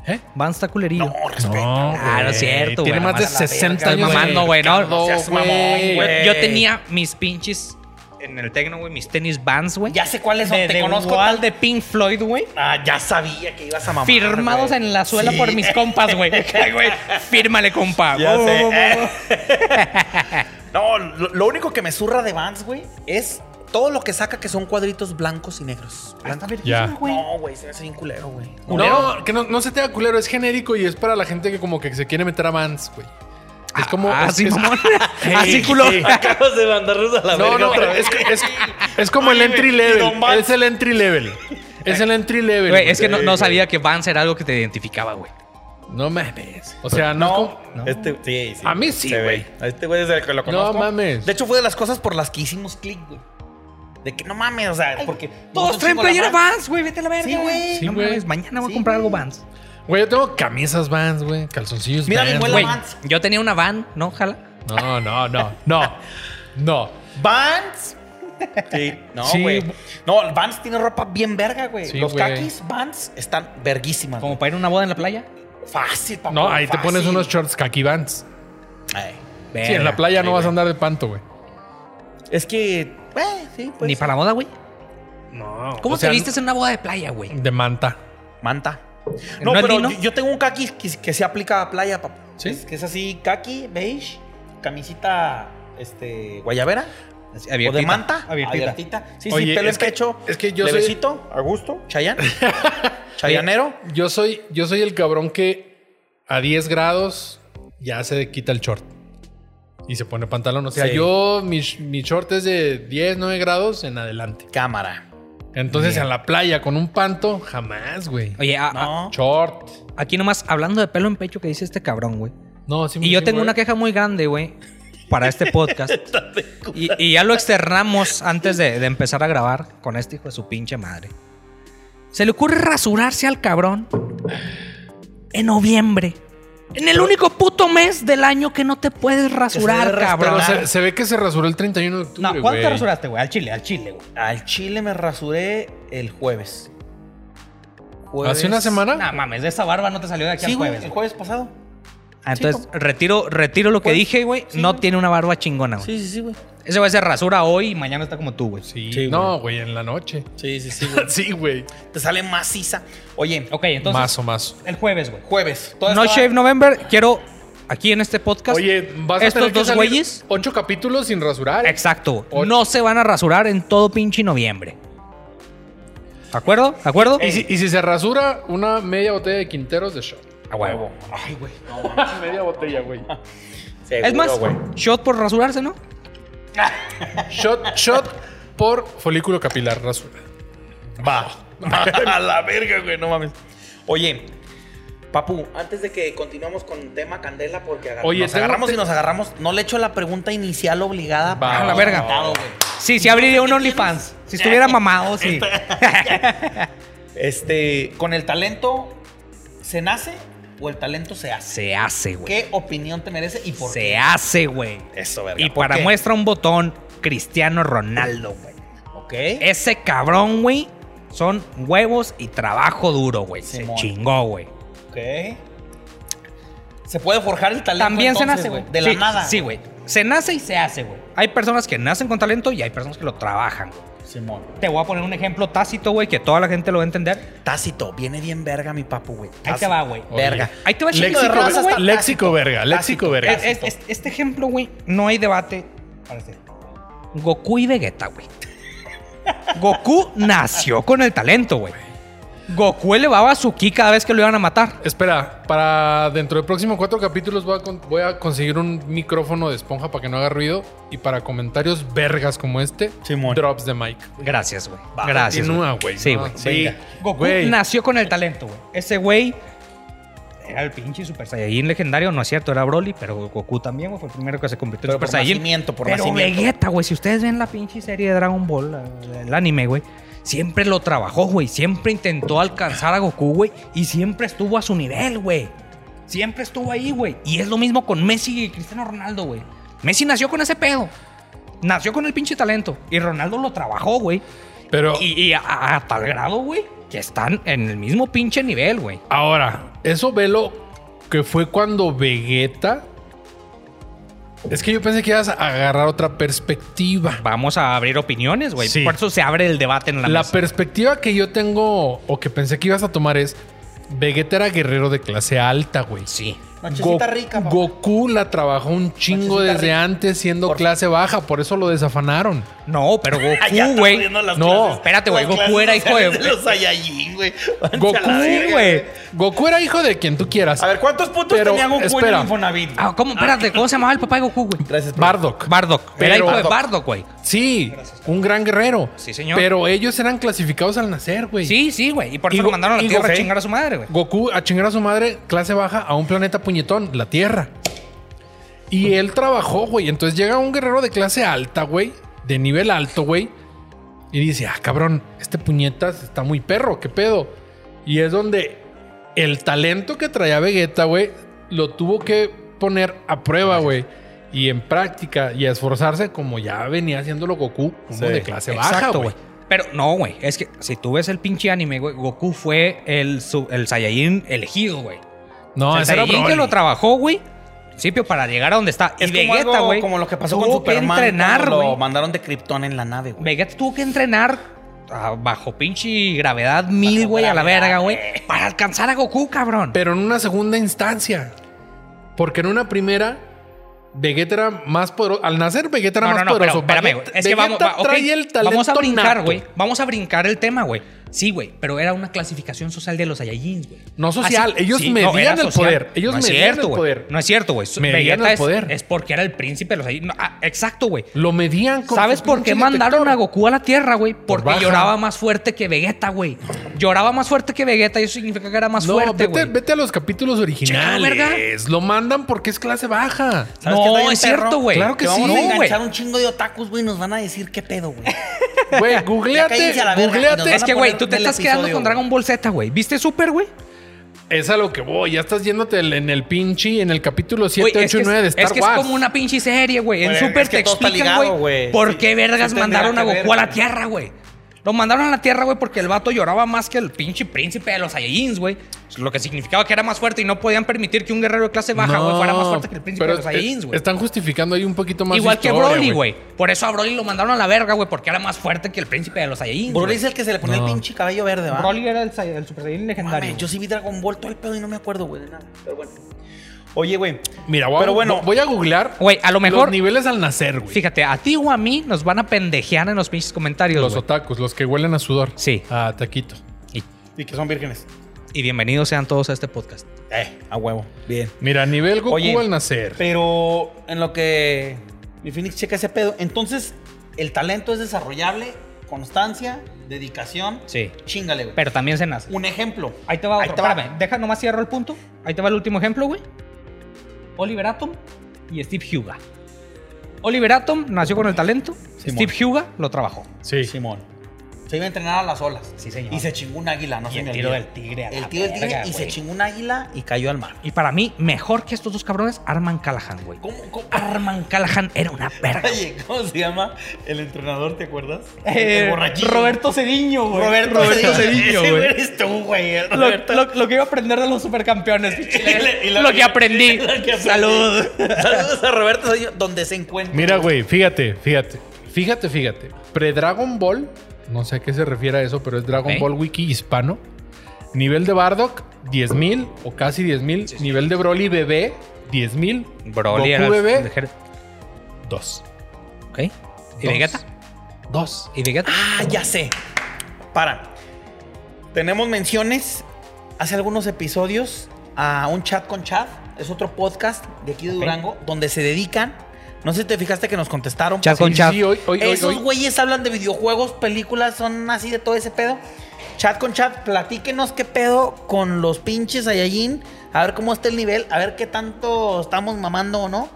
¿Eh?
Van está culerillo.
No, respeto.
Ah, no es cierto,
Tiene
güey,
más de
nomás
a la
60
verga,
años.
estás
mamando, güey, ¿no?
mercado,
No seas mamón,
güey.
güey.
Yo tenía mis pinches en el tecno, güey, mis tenis Vans, güey.
Ya sé cuáles son.
de,
te
de
conozco
Wall,
tal-
de Pink Floyd, güey.
Ah, ya sabía que ibas a mamar.
Firmados
güey.
en la suela
Sí.
por mis compas, güey. Ay, güey, Fírmale, compa.
Ya
Oh,
sé.
oh, oh,
No, lo, lo único que me zurra de Vans, güey, es todo lo que saca que son cuadritos blancos y negros.
oh. Está
Ya.
verguísima, güey.
No, güey, se me hace bien culero, güey.
No, que no, no se te haga culero, es genérico y es para la gente que como que se quiere meter a Vans, güey. Es como...
Ah,
oh. es-
sí,
es-
mamón. (laughs)
Sí,
Así, Ah, culo. (laughs)
sí.
Acabas de mandarnos a la
No, no, pero es, es, es como el
Oye,
entry
güey, y
level.
Don Vans.
Es el entry level. Es el entry level.
Güey, es que no,
güey.
no sabía que Vans era algo que te identificaba, güey.
No mames. O sea, no... es
No,
como-
Este, sí, sí.
A mí sí,
Se ve.
güey.
A este güey es el que lo
No
conozco.
mames.
De hecho, fue de las cosas por las que hicimos click, güey. De que no mames, o sea, porque.
Todos
nosotros
traen
hicimos la
playera
Vans.
Vans, güey. Vete a la verga,
Sí, güey.
Sí,
no
güey.
mames, mañana voy a
Sí,
comprar algo
güey.
Vans.
Güey, yo tengo camisas Vans, güey. Calzoncillos
Mira mi
Vans.
abuela
güey.
Güey,
Vans.
yo tenía una van, ¿no? Jala.
No, no, no, no. No.
Vans. Sí, no,
Sí.
güey. No, Vans tiene ropa bien verga, güey.
Sí,
Los
güey.
kakis Vans están verguísimas.
Como
güey.
para ir a una boda en la playa.
Fácil, papá.
No, ahí te pones unos shorts khaki Vans. Sí, en la playa no vas a andar de panto, güey.
Es que. Eh, sí, pues.
Ni para la boda, güey.
No.
¿Cómo te vistes en una boda de playa, güey?
De manta.
Manta. No,
¿No es
pero
lino?
yo, yo tengo un kaki que, que se aplica a playa, papá.
Sí.
Es que es así, kaki, beige, camisita, este, guayabera.
Abiertita.
O de manta.
Abiertita.
Sí, sí,
Oye,
pelo
es
en
que-
pecho.
es que yo soy-
levecito, a gusto.
(laughs)
Chayán. Chayanero.
Yo soy, yo soy el cabrón que a 10 grados ya se quita el short. Y se pone pantalón. O sea,
Sí.
yo, mi, sh- mi short es de 10, 9 grados en adelante.
Cámara.
Entonces,
Bien.
en la playa con un panto, jamás, güey.
Oye, a- a-
No.
Short.
aquí nomás hablando de pelo en pecho que dice este cabrón, güey.
No, sí me-
Y yo
sí,
tengo
güey.
una queja muy grande, güey, para (laughs) este podcast. y, y ya lo externamos antes de, de empezar a grabar con este hijo de su pinche madre. Se le ocurre rasurarse al cabrón en noviembre. En el único puto mes del año que no te puedes rasurar,
debe
cabrón.
Pero se, se ve que se rasuró el 31 de octubre.
No, ¿cuándo te
güey.
rasuraste, güey? Al chile, al chile, güey.
Al chile me rasuré el jueves.
¿Hace una semana?
No mames, de esa barba no te salió de aquí
Sí,
al
güey,
jueves.
el
güey.
jueves pasado.
Ah, entonces,
Sí,
retiro, retiro lo que
Jueves.
dije, güey.
Sí,
no
güey.
tiene una barba chingona, güey.
Sí, sí, sí, güey.
Ese güey se rasura hoy y mañana está como tú, güey.
Sí.
Sí,
no, güey, en la noche.
Sí, sí, sí,
(laughs)
güey.
Sí, güey.
Te sale maciza. Oye,
Ok, entonces,
Mazo, mazo.
el jueves, güey.
jueves.
No
Toda esta-
Shave November, quiero aquí en este podcast.
Oye, vas a
estos
tener que
dos
salir
güeyes-
Ocho capítulos sin rasurar.
Exacto.
Ocho.
No se van a rasurar en todo pinche noviembre. ¿De acuerdo? ¿De acuerdo?
Y si, y si se rasura, una media botella de quinteros de shot.
A huevo.
Ay, güey.
(laughs) media botella, güey.
Es más, shot por rasurarse, ¿no?
Shot, shot por folículo capilar rasura.
Va. (laughs) A la verga, güey, no mames. Oye, Papu, antes de que continuemos con tema Candela, porque agar-
Oye,
nos
tengo
agarramos
te-
y nos agarramos, no le echo la pregunta inicial obligada.
Va.
para
A la
verga.
invitado, güey. Eh,
Sí, sí abriría un OnlyFans.
(laughs)
Si estuviera mamado, sí.
Este, ¿con el talento se nace o el talento se hace?
Se hace, güey.
¿Qué opinión te merece y por
Se
qué?
hace, güey.
Eso, verga.
Y
¿por
para
qué?
muestra un botón, Cristiano Ronaldo, güey.
Ok.
Ese cabrón, güey, son huevos y trabajo duro, güey. Se
Simón.
chingó, güey.
Ok. Se puede forjar el talento.
También se
entonces,
nace, güey.
De la
Sí,
nada.
Sí, güey. Se nace y se hace, güey. Hay personas que nacen con talento y hay personas que lo trabajan. güey.
Simón.
Te voy a poner un ejemplo tácito, güey, que toda la gente lo va a entender.
Tácito, viene bien verga mi papu, güey.
Ahí te
Tácito.
va, güey.
Oye.
Verga.
Ahí te va chingo de
Léxico, verga,
raza, güey.
léxico verga, léxico verga.
Es- es- es- este ejemplo, güey, no hay debate. Parece. Goku y Vegeta, güey. (laughs) Goku nació con el talento, güey. Goku elevaba su ki cada vez que lo iban a matar.
Espera, para dentro de próximos cuatro capítulos voy a, con- voy a conseguir un micrófono de esponja para que no haga ruido y para comentarios vergas como este,
Simón.
drops de mic.
Gracias, güey.
Va,
Gracias.
Continúa,
güey.
güey.
Sí,
No,
güey.
Sí.
Venga.
Goku
Güey.
nació con el talento, güey. Ese güey era el pinche Super Saiyajin legendario, no es cierto, era Broly, pero Goku también, güey, fue el primero que se convirtió
Pero
en Super
por
Saiyajin.
nacimiento, por
pero
nacimiento.
Vegeta, güey, si ustedes ven la pinche serie de Dragon Ball, la- el anime, güey, siempre lo trabajó, güey, siempre intentó alcanzar a Goku, güey, y siempre estuvo a su nivel, güey. Siempre estuvo ahí, güey. Y es lo mismo con Messi y Cristiano Ronaldo, güey. Messi nació con ese pedo. Nació con el pinche talento. Y Ronaldo lo trabajó, güey.
Pero
Y, y a, a tal grado, güey, que están en el mismo pinche nivel, güey.
ahora, eso velo que fue cuando Vegeta. Es que yo pensé que ibas a agarrar otra perspectiva.
Vamos a abrir opiniones, güey.
Sí.
Por eso se abre el debate en la,
La
mesa.
perspectiva que yo tengo o que pensé que ibas a tomar es Vegeta era guerrero de clase alta, güey.
Sí.
Nochecita
Go-
rica, papá.
Goku la trabajó un chingo
Nochecita
desde
rica.
antes siendo
Por-
clase baja, por eso lo desafanaron.
No,
(laughs)
pero
Ah, Ya
Goku,
estamos
güey.
viendo las
No,
clases-
espérate, güey,
las
Goku
clases
era hijo de-
sociales los Saiyajin, güey. Vete a
Goku,
la verga,
güey.
Goku era hijo de quien tú quieras.
A ver, ¿cuántos puntos
Pero,
tenía Goku en
espera.
el Infonavit? güey?
Ah, ¿Cómo? Espérate, ¿cómo se llamaba el papá de Goku, güey?
Gracias, profe.
Bardock.
Bardock.
Pero-
Era hijo de
Bardock.
Bardock, güey.
sí, un gran guerrero.
Sí, señor.
Pero ellos eran clasificados al nacer, güey.
Sí, sí, güey. Y por eso
Y
lo
Go-
mandaron a
y
la tierra a
Goku-
chingar a su madre, güey.
Goku a chingar a su madre, clase baja, a un planeta puñetón, la Tierra. Y él trabajó, güey. Entonces llega un guerrero de clase alta, güey, de nivel alto, güey, y dice: Ah, cabrón, este puñetas está muy perro, qué pedo. Y es donde el talento que traía Vegeta, güey, lo tuvo que poner a prueba, güey. Y en práctica y a esforzarse como ya venía haciéndolo Goku, uno
Sí.
de clase baja, güey.
Pero no, güey. Es que si tú ves el pinche anime, güey, Goku fue el, su- el Saiyajin elegido, güey.
No,
el
ese era
Saiyajin que
Broly.
lo trabajó, güey. al Principio para llegar a donde está.
Es
y
como,
Vegeta,
algo
güey.
como lo que pasó con
tuvo
Superman.
Que
cuando
entrenar,
lo
güey.
mandaron de Krypton en la nave, güey.
Vegeta Pues. tuvo que entrenar ah, bajo pinche gravedad mil,
Bajo
güey, a la
gravedad,
verga, güey.
güey.
Para alcanzar a Goku, cabrón.
Pero en una segunda instancia. Porque en una primera, Vegeta era más poderoso. Al nacer, Vegeta era
no,
más
no, no, pero
poderoso.
espérame, güey.
Vegeta-
Es que vamos,
Vegeta
va- ok,
traía el talento
vamos a brincar,
nato.
güey. Vamos a brincar el tema, güey. Sí, güey, pero era una clasificación social de los Saiyajins, güey. Ah,
No social, ellos
no, era
medían el poder, ellos
no es
medían
cierto,
el
güey.
poder.
No es cierto, güey.
Medían
Vegeta
el
es-
poder.
Es porque era el príncipe de los Saiyajins. No, ah, exacto, güey.
Lo medían con
¿Sabes
su
por qué
pinche
mandaron
detector.
a Goku a la Tierra, güey? Porque
baja.
lloraba más fuerte que Vegeta, güey. Lloraba más fuerte que Vegeta y eso significa que era más
No,
fuerte,
vete,
güey.
vete a los capítulos
verga.
originales. Lo mandan porque es clase baja.
¿Sabes
No,
qué está bien
es
perro?
cierto, güey.
Claro que
Que vamos
sí,
a
güey.
enganchar un chingo de otakus, güey. y Nos van a decir qué pedo, güey.
(laughs)
Güey,
cállense
googleate,
a la verga, y
googleate.
nos
Es
van
que,
a
güey,
poner
tú te
del
estás quedando
episodio,
con Dragon Ball Z, güey. ¿Viste Super, güey?
Es a lo que voy. Ya estás yéndote el- en el pinche, en el capítulo 7,
Güey,
8 y
es, que
9 de
es-
Star
es que es
Wars.
como una pinche serie, güey. En
Güey,
Super
es que
te
todo está
explican,
ligado,
güey,
güey.
por
Sí,
qué vergas
sí tendría
mandaron a
que
Goku
ver,
a la
güey.
Tierra, güey. Lo mandaron a la Tierra, güey, porque el vato lloraba más que el pinche príncipe de los Saiyajins, güey. Lo que significaba que era más fuerte y no podían permitir que un guerrero de clase baja, güey,
No,
fuera más fuerte que el príncipe de
pero es-
los Saiyajins, güey.
Están justificando ahí un poquito más.
Igual que
historia,
Broly, güey. Por eso a Broly lo mandaron a la verga, güey, porque era más fuerte que el príncipe de los Saiyajins.
Broly
güey.
es el que se le ponía
No.
el pinche cabello verde, va.
era el, Sai- el Super Saiyan
Mames, yo sí vi Dragon Ball todo el pedo y no me acuerdo, güey, de nada. Pero bueno. Oye, güey.
Mira, voy, a-
Pero bueno.
voy a googlear
Güey, a lo mejor-
los niveles al nacer, güey.
Fíjate, a ti o a mí nos van a pendejear en los pinches comentarios,
Los
güey.
otakus, los que huelen a sudor. Ah,
Sí.
A taquito.
Y que son vírgenes.
Y bienvenidos sean todos a este podcast.
Eh, a huevo. Bien.
Mira, nivel Goku
Oye,
al nacer.
Pero en lo que mi Phoenix checa ese pedo. Entonces, el talento es desarrollable, constancia, dedicación.
Sí.
Chingale, güey.
Pero también se nace.
Un ejemplo.
Ahí te va otro.
Ahí te va.
Espérame, deja nomás cierro el punto. Ahí te va el último ejemplo, güey. Oliver Atom y Steve Huga. Oliver Atom nació con el talento.
Simón.
Steve Huga lo trabajó.
Sí.
Simón. Se iba a entrenar a las olas.
Sí, señor.
Y se chingó un águila, no
Y
se
el
me
tiro
olvida.
del tigre a la
El tiro del tigre
verga,
y
güey.
se chingó un águila y cayó al mar.
Y para mí, mejor que estos dos cabrones, Arman Callahan, güey.
¿Cómo, cómo?
Arman Callahan era una verga.
(laughs) Oye, ¿cómo se llama el entrenador, te acuerdas?
Eh,
El borrachillo.
Cediño, güey.
Roberto,
Cediño,
Ese
güey.
eres tú, güey. el (laughs)
Lo,
Roberto.
lo- lo que iba a aprender de los supercampeones.
Y
lo, que
(laughs)
aprendí.
lo que aprendí.
Salud.
Saludos a Roberto Cedillo, donde se encuentra.
Mira, güey, fíjate, fíjate. Fíjate, fíjate. Pre-Dragon Ball, no sé a qué se refiere a eso, pero es Dragon
Ok.
Ball Wiki hispano. Nivel de Bardock, 10.000 o casi 10.000. Nivel de Broly bebé, 10.000. Goku
era el-
bebé,
de-
2.
Ok. ¿Y Vegeta?
2.
¿Y Vegeta?
Ah, ya sé. Para. Tenemos menciones hace algunos episodios a un chat con chat. Es otro podcast de aquí de
Ok.
Durango donde se dedican. No sé si te fijaste que nos contestaron. Pues,
Chat con chat.
Sí, hoy, hoy, hoy,
Esos
hoy.
güeyes hablan de videojuegos, películas, son así de todo ese pedo. Chat con chat, platíquenos qué pedo con los pinches Saiyajin. A ver cómo está el nivel, a ver qué tanto estamos mamando o no.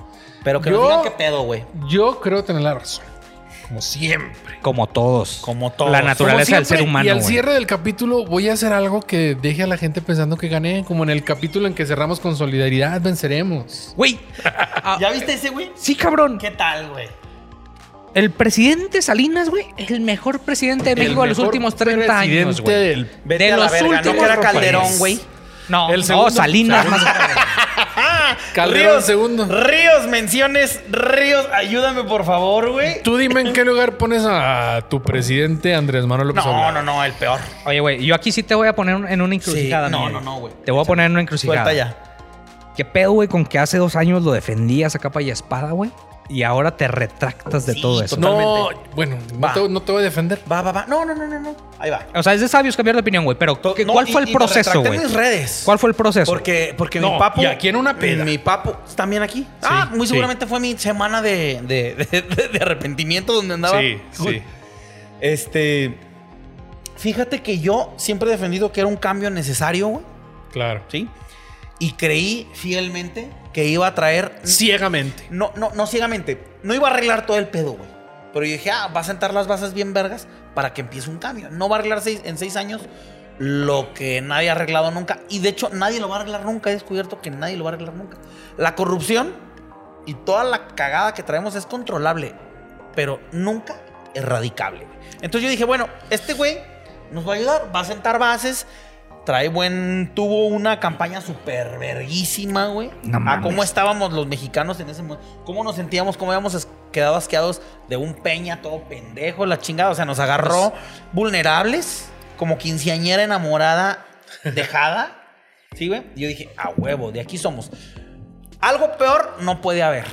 Pero que nos
Yo-
digan qué pedo, güey.
Yo creo tener la razón. Como siempre.
Como todos.
Como todos.
La
Como
naturaleza
Como
del ser
siempre,
humano.
Y al
güey.
cierre del capítulo voy a hacer algo que deje a la gente pensando que gané. Como en el capítulo en que cerramos con solidaridad, venceremos.
Güey. ah,
(laughs) ¿Ya viste ese, güey?
sí, cabrón.
¿Qué tal, güey?
El presidente Salinas, güey, el mejor presidente de
El
México de los
mejor
últimos 30
presidente
años, güey.
del-
Vete
de
a la
los
verga, no
últimos
que era Calderón,
pues.
güey.
No,
El
no,
segundo-
Salinas más
Calderón segundo.
Ríos, menciones, Ríos, ayúdame por favor, güey.
Tú dime en qué lugar pones a tu presidente Andrés Manuel López
No,
Obrador.
no, no, el peor.
Oye, güey, yo aquí sí te voy a poner en una encrucijada.
Sí, no,
Miguel.
no, no, güey.
Te voy a poner en una encrucijada.
Suelta ya.
¿Qué pedo, güey, con que hace dos años lo defendías a capa y espada, güey? Y ahora te retractas de
Sí,
todo eso.
total.
No,
totalmente.
bueno, no
Va.
te, no te voy a defender.
Va, va, va. No, no, no, no, no. Ahí va.
O sea, es de sabios cambiar de opinión, güey. Pero ¿qué-
No,
¿cuál
y-
fue el
y me
proceso,
retracté
güey?
en mis redes.
¿Cuál fue el proceso?
Porque, porque
No,
mi papo.
y aquí en una peda.
Mi papo. También aquí. ah, muy
sí.
seguramente fue mi semana de, de- de- de- de arrepentimiento donde andaba. Este. Fíjate que yo siempre he defendido que era un cambio necesario, güey.
claro.
¿Sí? Y creí fielmente que iba a traer.
Ciegamente.
No, no, no ciegamente. No iba a arreglar todo el pedo, güey. Pero yo dije, ah, va a sentar las bases bien vergas para que empiece un cambio. No va a arreglar seis- en seis años lo que nadie ha arreglado nunca. Y de hecho, nadie lo va a arreglar nunca. He descubierto que nadie lo va a arreglar nunca. La corrupción y toda la cagada que traemos es controlable, pero nunca erradicable. güey. Entonces yo dije, bueno, este güey nos va a ayudar, va a sentar bases. Trae buen, tuvo una campaña súper verguísima, güey.
No
a cómo
mames.
estábamos los mexicanos en ese momento. Cómo nos sentíamos, cómo habíamos as- quedado asqueados de un peña todo pendejo, la chingada. O sea, nos agarró
Pues
vulnerables, como quinceañera enamorada, dejada. ¿Sí, güey? Y Yo dije, a huevo, de aquí somos. Algo peor no puede haber.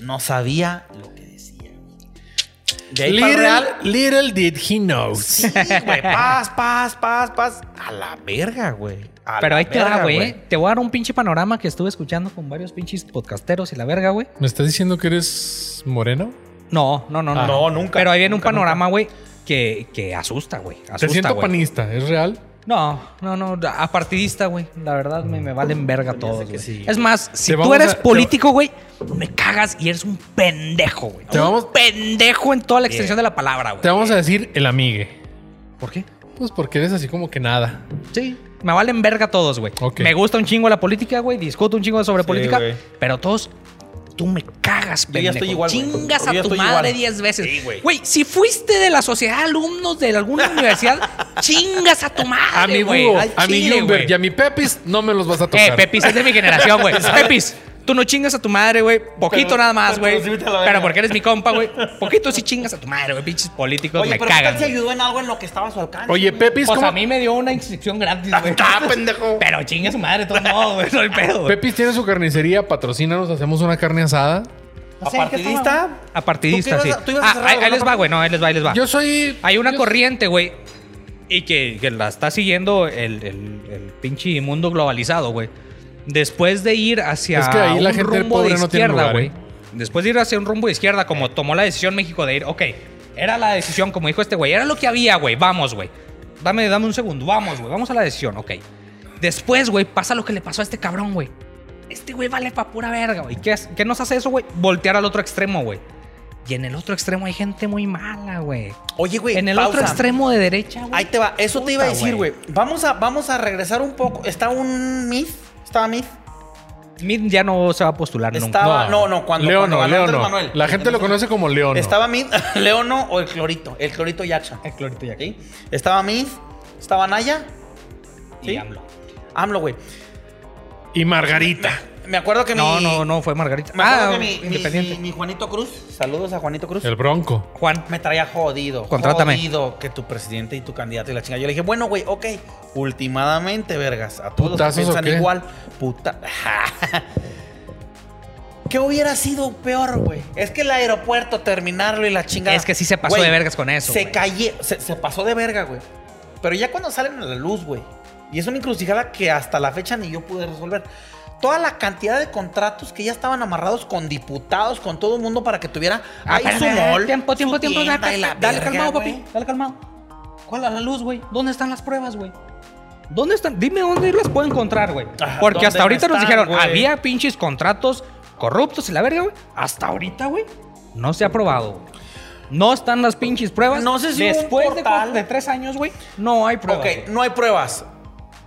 No sabía lo que decía. güey. de ahí para
Little,
real.
little did he know.
(laughs)
Sí, güey. Paz, paz, paz, paz. A la verga, güey. A
Pero
la
ahí te va,
verga,
güey. Te voy a dar un pinche panorama que estuve escuchando con varios pinches podcasteros y la verga, güey.
¿Me estás diciendo que eres moreno?
No, no, no,
Ah, no,
no.
nunca,
Pero ahí viene
nunca,
un panorama, güey, que, que asusta, güey.
Te
Asusta,
siento
güey.
panista, ¿es real?
No, no, no, apartidista, güey. La verdad me, me
Mm.
valen verga todos, güey.
sí.
Es más, si tú
vamos
eres
a- te-
político, güey, me cagas y eres un pendejo, güey.
Te
un
vamos-
pendejo en toda la extensión de la palabra,
Te
güey.
vamos a decir el amigue.
¿Por qué?
Pues porque eres así como que nada.
Sí, me valen verga todos, güey.
Ok.
Me gusta un chingo la política, güey. Discuto un chingo sobre política,
güey.
pero todos tú me cagas,
Yo
pendejo.
ya estoy igual, güey.
Chingas
Yo ya
a tu
estoy
madre
igual.
10
Sí,
veces.
güey.
Güey, si fuiste de la sociedad de alumnos de
(laughs)
alguna universidad, chingas a tu madre,
A mi
güey.
Hugo,
Al
a mi
chile,
Lumber
güey.
y a mi Pepis no me los vas a
Eh,
tocar.
Pepis es de mi generación, güey.
(laughs)
Pepis, tú no chingas a tu madre, güey. Poquito
Pero-
nada más,
pero
güey.
sí
Pero,
vete a la verga.
porque eres mi compa, güey. Poquito sí chingas a tu madre, güey. Pinches políticos
Oye,
Pues me
pero ¿qué
cagan.
tal si
güey.
ayudó en algo en lo que estaba a su alcance?
Oye, Pepis,
Pues
¿cómo-
a mí me dio una inscripción gratis, güey.
Ah, Está, pendejo.
(laughs) Pero chinga su madre, de todos modos, güey. No hay pedo, güey.
Pepis tiene su carnicería, patrocínanos, hacemos una carne asada.
¿A partidista?
A partidista,
¿Tú qué
sí.
ibas a- tú ibas a
Ah,
cerrar
ahí,
algo,
ahí
no?
les va, güey. No, ahí les va, ahí les va.
Yo soy.
Hay una
yo-
corriente, güey. Y que, que la está siguiendo el, el- el pinche mundo globalizado, güey. Después de ir hacia
Es que ahí la
un
gente
rumbo
pobre
de
no tiene
izquierda,
lugar,
güey.
¿eh?
Después de ir hacia un rumbo de izquierda, como tomó la decisión México de ir, ok, era la decisión, como dijo este güey, era lo que había, güey, vamos, güey. Dame, dame un segundo, vamos, güey, vamos a la decisión, ok. Después, güey, pasa lo que le pasó a este cabrón, güey. Este güey vale pa' pura verga, güey. ¿Qué, es- ¿Qué nos hace eso, güey? Voltear al otro extremo, güey. Y en el otro extremo hay gente muy mala, güey.
Oye, güey.
En el
pausa.
otro extremo de derecha, güey.
Ahí te va. Eso te iba a
Puta,
decir,
güey.
güey. Vamos a, vamos a regresar un poco. Está un Myth. Estaba Myth.
Mid ya no se va a postular nunca.
Estaba. Ah, No, no, cuando,
Leono,
cuando ganó
Leono.
Andrés Manuel.
La gente lo conoce como Leono.
Estaba Myth, (laughs) Leono o el Clorito. El Clorito Jackson.
El clorito ya
¿sí? Estaba Myth. Estaba Naya.
Y
¿sí?
AMLO.
AMLO, güey.
Y Margarita.
Me acuerdo que
No,
mi.
no, no, fue Margarita.
Me acuerdo
Ah,
que mi, mi-
independiente.
mi- mi Juanito Cruz. Saludos a Juanito Cruz.
El Bronco.
Juan.
me traía jodido.
Contrátame.
Jodido que tu presidente y tu candidato y la chingada. Yo le dije, bueno, güey, ok. Ultimadamente, vergas, a todos los que
¿Putazos o
piensan
qué?
igual. Puta. (laughs) ¿Qué hubiera sido peor, güey? Es que el aeropuerto, terminarlo y la chingada.
Es que sí se pasó
Güey,
de vergas con eso.
Se
güey.
cayó, se, se pasó de verga, güey. Pero ya cuando salen a la luz, güey. Y es una encrucijada que hasta la fecha ni yo pude resolver. Toda la cantidad de contratos que ya estaban amarrados con diputados, con todo el mundo para que tuviera
Ah,
ahí
espera,
su
espera,
mall,
Tiempo, tiempo,
su
tiempo.
tienda
Dale,
y la
dale
verga,
calmado,
güey.
papi. Dale calmado. ¿Cuál a la luz, güey? ¿Dónde están las pruebas, güey? ¿Dónde están? Dime dónde las puedo encontrar, güey.
Ah,
Porque
¿dónde
hasta ahorita nos
están,
dijeron,
güey?
había pinches contratos corruptos y la verga, güey. Hasta ahorita, güey, no se ha probado, güey. No están las pinches pruebas.
No sé si hubo un
Después de
portal.
cu- de, tres años, güey, no hay pruebas.
Ok,
güey.
no hay pruebas.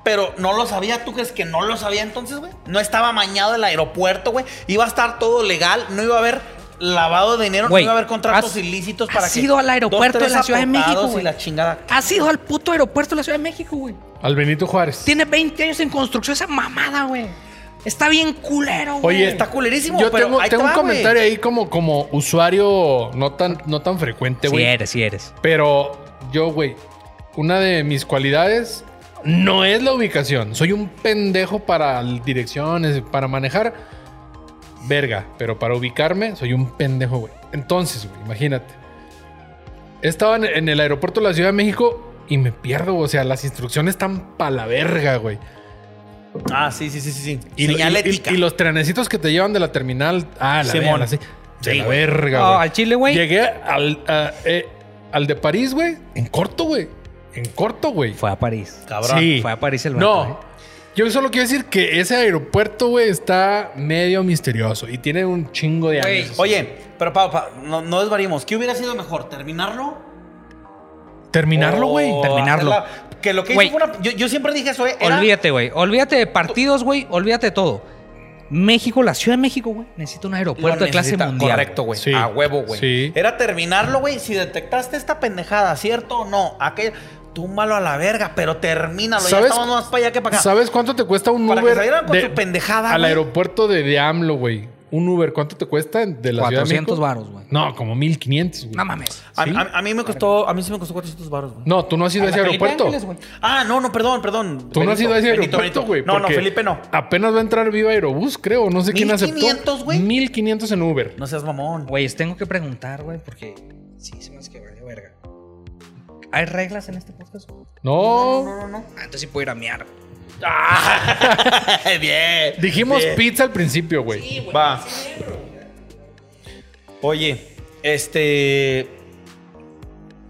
Pero no lo sabía, ¿tú crees que no lo sabía entonces, güey? No estaba mañado el aeropuerto, güey. Iba a estar todo legal, no iba a haber lavado de dinero,
Güey,
no iba a haber contratos
has-
ilícitos
has
para que
ido al aeropuerto
dos, tres
de la Ciudad de
acotados
México, güey.
y la chingada.
Has ido al puto aeropuerto de la Ciudad de México, güey.
Al Benito Juárez.
Tiene 20 años en construcción esa mamada, güey. Está bien culero, güey.
Oye,
Está culerísimo,
Yo
pero
tengo,
ahí te
tengo un
va, güey.
comentario ahí como, como usuario no tan, no tan frecuente,
Si
güey.
eres, si eres.
Pero yo, güey, una de mis cualidades no es la ubicación. Soy un pendejo para l- direcciones, para manejar. Verga, pero para ubicarme soy un pendejo, güey. Entonces, güey, imagínate. Estaba en, en el aeropuerto de la Ciudad de México y me pierdo, o sea, las instrucciones están pa' la verga, güey.
Ah, sí, sí, sí, sí, sí.
Y, lo- y-
Señalética.
y- y los trenecitos que te llevan de la terminal. Ah, la
Simón.
verga, sí. De
Sí,
la
güey. Ah,
verga,
No,
güey.
Ah, al Chile, güey.
Llegué al, a- eh, al de París, güey. En corto, güey. En corto, güey.
Fue a París.
Cabrón.
Sí.
Fue a París el vato, ¿eh?
No. Yo solo quiero decir que ese aeropuerto, güey, está medio misterioso y tiene un chingo de
Güey,
años.
Oye, pero Pau, Pau, no, no desvariemos. ¿Qué hubiera sido mejor? ¿Terminarlo?
Terminarlo,
O
güey.
terminarlo.
hacerla- Que lo que hizo
Güey.
fue una. Yo, yo siempre dije eso, ¿eh? Era-
Olvídate, güey. Olvídate de partidos, güey. Olvídate de todo. México, la Ciudad de México, güey, necesita un aeropuerto
Lo
de clase
necesita,
mundial.
Correcto, oh, güey.
Sí,
A huevo, güey.
sí.
Era terminarlo, güey. Si detectaste esta pendejada, ¿cierto o no? Aquel, túmbalo a la verga, pero termínalo. Ya
¿Sabes-
estamos más para allá que para acá.
¿Sabes cuánto te cuesta un
Para que
Uber?
salieran con su pendejada,
Al
güey.
aeropuerto de, de AMLO, güey. Un Uber, ¿cuánto te cuesta de la Ciudad de
400
México?
varos, güey.
No, como 1500, güey.
No mames.
A,
¿Sí?
a- a mí me costó, a mí sí me costó 400 baros, güey.
No, tú no has ido a ese
La Felipe
aeropuerto.
Ángeles, güey.
Ah, no, no, perdón, perdón.
Tú no has ido a ese aeropuerto, güey.
No, no,
porque
Felipe no.
Apenas va a entrar Viva Aerobús, creo. No sé quién aceptó.
1500, güey.
1500 en Uber.
No seas mamón.
Güey, tengo que preguntar, güey, porque Sí, se me hace que vale verga. ¿Hay reglas en este podcast?
No.
no, (laughs) no.
Ah, entonces sí puedo ir a miar.
Bien.
Dijimos
Bien.
pizza al principio, güey.
Va. Oye, este.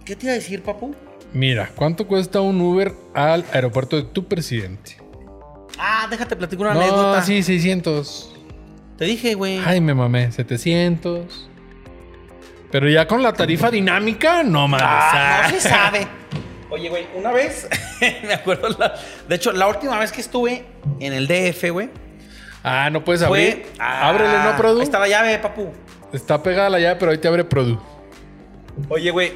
¿Qué te iba a decir, papu?
Mira, ¿cuánto cuesta un Uber al aeropuerto de tu presidente?
Ah, déjate platico una
no,
anécdota.
sí, 600.
Te dije, güey.
Ay, me mamé, 700. Pero ya con la tarifa dinámica, no mames.
Ah,
Ah.
no se sabe. Oye, güey, una vez, (laughs) me acuerdo, la- de hecho, la última vez que estuve en el DF, güey,
Ah, no puedes abrir.
fue... Ah,
Ábrele, no, Produ.
Ahí
Está...
está la llave, papu.
pegada la llave, pero ahí te abre Produ.
Oye, güey,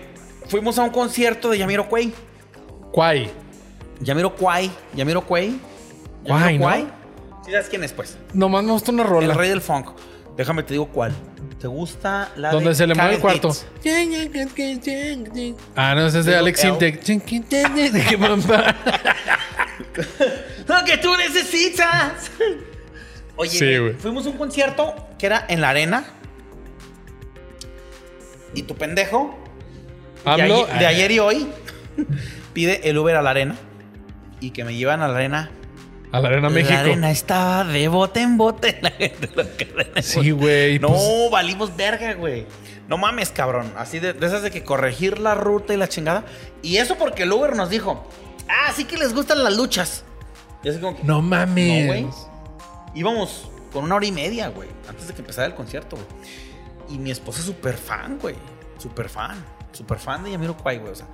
fuimos a un concierto de Yamiro Cuey.
¿Cuál?
Yamiro Cuey, Yamiro Cuey.
Cuay, ¿no?
¿Sí sabes quién es, pues?
Nomás me gusta una
El
rola.
rey del funk. Déjame te digo cuál. ¿Te gusta la
Donde
de
se le mueve el
Karen
cuarto.
Hits?
Ah, no, ese es de
Pero
Alex
el- (laughs)
Intec. Qué mamá.
Lo que tú necesitas. (laughs) Oye,
Sí, güey.
fuimos a un concierto que era en la arena. Y tu pendejo, de,
(laughs) Hablo.
ayer, de ayer y hoy, (laughs) pide el Uber a la arena. Y que me llevan a la arena.
A la Arena México.
La arena estaba de bote en bote. (laughs) La gente lo que arena-
Sí, güey.
No,
pues,
valimos verga, güey. No mames, cabrón. Así de, de esas de que corregir la ruta y la chingada. Y eso porque el Uber nos dijo, ah, sí que les gustan las luchas. Y así como que,
no mames.
No, güey. íbamos con una hora y media, güey, antes de que empezara el concierto, güey. Y mi esposa es súper fan, güey. Súper fan. Súper fan de Yamiro Kwai, güey. O sea,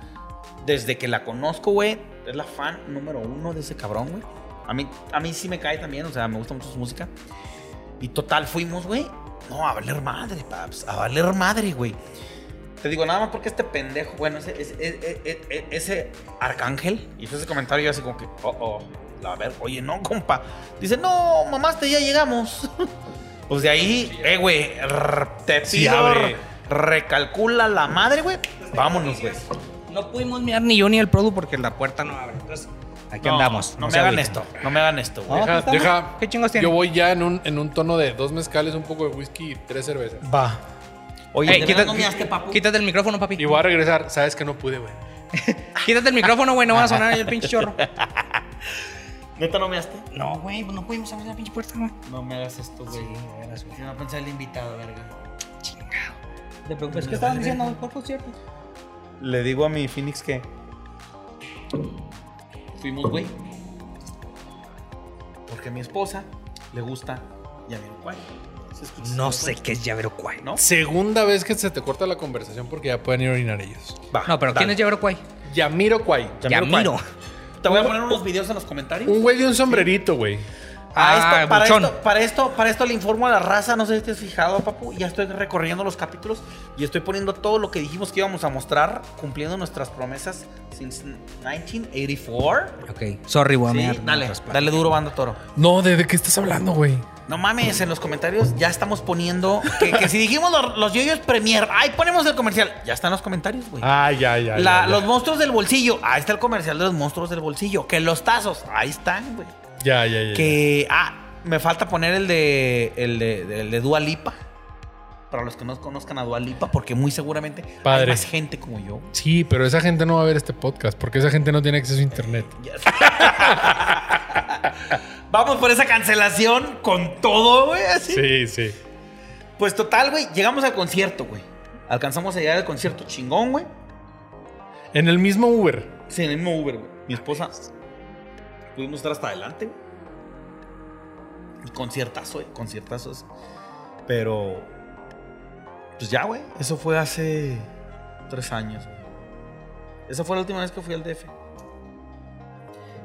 desde que la conozco, güey, es la fan número uno de ese cabrón, güey. A mí, a mí sí me cae también, o sea, me gusta mucho su música. Y total, fuimos, güey. No, a valer madre, paps. A valer madre, güey. Te digo, nada más porque este pendejo, bueno, ese, ese, e- e- e- ese arcángel hizo ese comentario y yo así como que, oh, oh, a ver, oye, no, compa. Dice, no, mamaste, ya llegamos. (laughs) pues de ahí, eh, güey, rrr, te
Sí,
pido,
abre.
recalcula la madre, güey. Vámonos, güey.
No pudimos miar ni yo ni el Produ porque la puerta no abre. Entonces, aquí
No,
andamos.
No, Ah,
se
me hagan
agüiten.
esto, no me hagan esto, güey.
No,
Deja,
¿tú estás
deja-
mal? ¿Qué chingos tiene?
Yo voy ya en un, en un tono de dos mezcales, un poco de whisky y tres cervezas.
Va. Oye,
Ey,
¿de
quítate,
veras no miaste, papu?
quítate el micrófono, papi.
Y voy a regresar. Sabes que no pude, güey.
Quítate el micrófono, güey. No va a sonar ahí el
(laughs)
pinche chorro.
¿Neta no measte?
No, güey. pues No pudimos abrir la pinche puerta, güey.
No me hagas esto, güey.
Chingado.
Se va a pensar el invitado, verga.
Te preocupes. ¿Qué estaban diciendo? ¿Cuál concierto?
Le digo a mi Phoenix que. Fuimos, güey. Porque a mi esposa le gusta Yamiroquai. ¿Se escucha?
No sé qué es Yaverocuay.
¿No?
Segunda vez que se te corta la conversación porque ya pueden ir a orinar ellos.
Va,
No, pero ¿quién
dale.
es Yaverocuay?
Yamiro Kwai.
Yamiroquai.
Yamiro.
Te voy a poner unos videos en los comentarios.
Un güey de un sombrerito, güey.
Ah,
Ah,
Uh, esto, para,
buchón.
esto, para esto, para esto le informo a la raza, no sé si te has fijado, papu, ya estoy recorriendo los capítulos y estoy poniendo todo lo que dijimos que íbamos a mostrar, cumpliendo nuestras promesas since 1984.
Ok. Sorry, güey.
Sí,
me voy a-
dale, dale duro, banda toro.
No, ¿de, de qué estás hablando, güey?
No mames, en los comentarios ya estamos poniendo que, que si dijimos los, los yoyos premier, ay, ponemos el comercial. Ya están los comentarios, güey.
Ah, ya, ya.
La-
ya, ya.
Los monstruos del bolsillo, ahí está el comercial de los monstruos del bolsillo. Que los tazos, ahí están, güey.
Ya, ya, ya.
Que, ah, me falta poner el de, el de, el de Dua Lipa. Para los que no conozcan a Dua Lipa, porque muy seguramente hay
Padre.
más gente como yo.
Sí, pero esa gente no va a ver este podcast porque esa gente no tiene acceso a internet.
Ya sé. (laughs) Vamos por esa cancelación con todo, güey. Así.
Sí, sí.
Pues total, güey, llegamos al concierto, güey. Alcanzamos a llegar al concierto chingón, güey.
En el mismo Uber.
Sí, en el mismo Uber, güey. Mi esposa. Pudimos estar hasta adelante, güey. Y conciertazo, güey. Conciertazo ese. Pero. Pues ya, güey. Eso fue hace tres años, güey. Esa fue la última vez que fui al DF.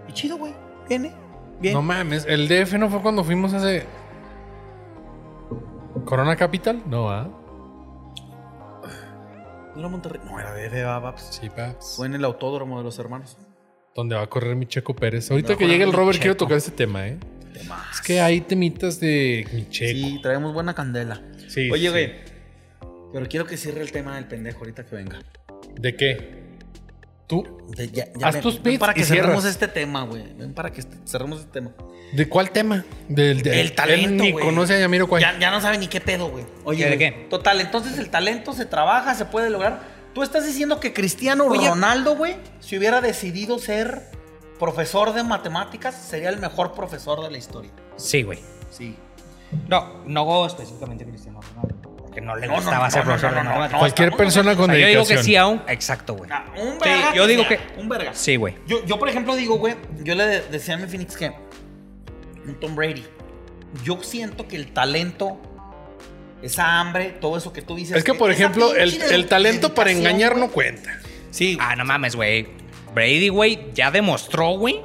Y chido, güey. Viene. Bien.
No mames, el DF no fue cuando fuimos hace. Corona Capital? No, ah.
No era Monterrey. No, era DF, va, va, pues.
Sí, paps.
Fue en el autódromo de los hermanos.
Donde va a correr mi Checo Pérez. Ahorita
Va a
que
correr
llegue el
mi
Robert quiero
Checo.
tocar este tema, ¿eh?
Demás.
Es que hay temitas de mi Checo.
Sí, traemos buena candela.
Sí,
Oye,
sí.
güey. Pero quiero que cierre el tema del pendejo ahorita que venga.
¿De qué? ¿Tú?
O sea, ya- ya
Haz
ven-
tus
ven
pits
para
y
que cerremos
cierras.
este tema, güey. Ven para que este- cerremos este tema.
¿De cuál tema? Del, del-
El talento,
Él ni
güey.
conoce a Yamiro Cuay.
Ya, ya no sabe ni qué pedo, güey. Oye,
¿De
güey,
qué?
Total, entonces el talento se trabaja, se puede lograr. Tú estás diciendo que Cristiano
Oye.
Ronaldo, güey, si hubiera decidido ser profesor de matemáticas, sería el mejor profesor de la historia.
Sí, güey.
Sí.
No, no específicamente Cristiano Ronaldo. Porque no le
No, no,
gustaba
no,
ser
no, no,
profesor de
no,
matemáticas.
no,
Cualquier
estamos-
persona
O
con
sea, yo digo
dedicación.
que sí aún. Exacto, güey.
Ah, Un
Sí,
verga.
yo digo
sea,
que-
Un verga.
Sí, güey.
Yo, yo, por ejemplo, digo, güey, yo le de- decía a mi Phoenix que un Tom Brady. Yo siento que el talento, esa hambre, todo eso que tú dices.
Es que, por
esa
ejemplo, el,
pinche
el talento para
dedicación,
engañar
güey.
no cuenta.
Sí,
Ah, no mames, güey. Brady, güey, ya demostró, güey,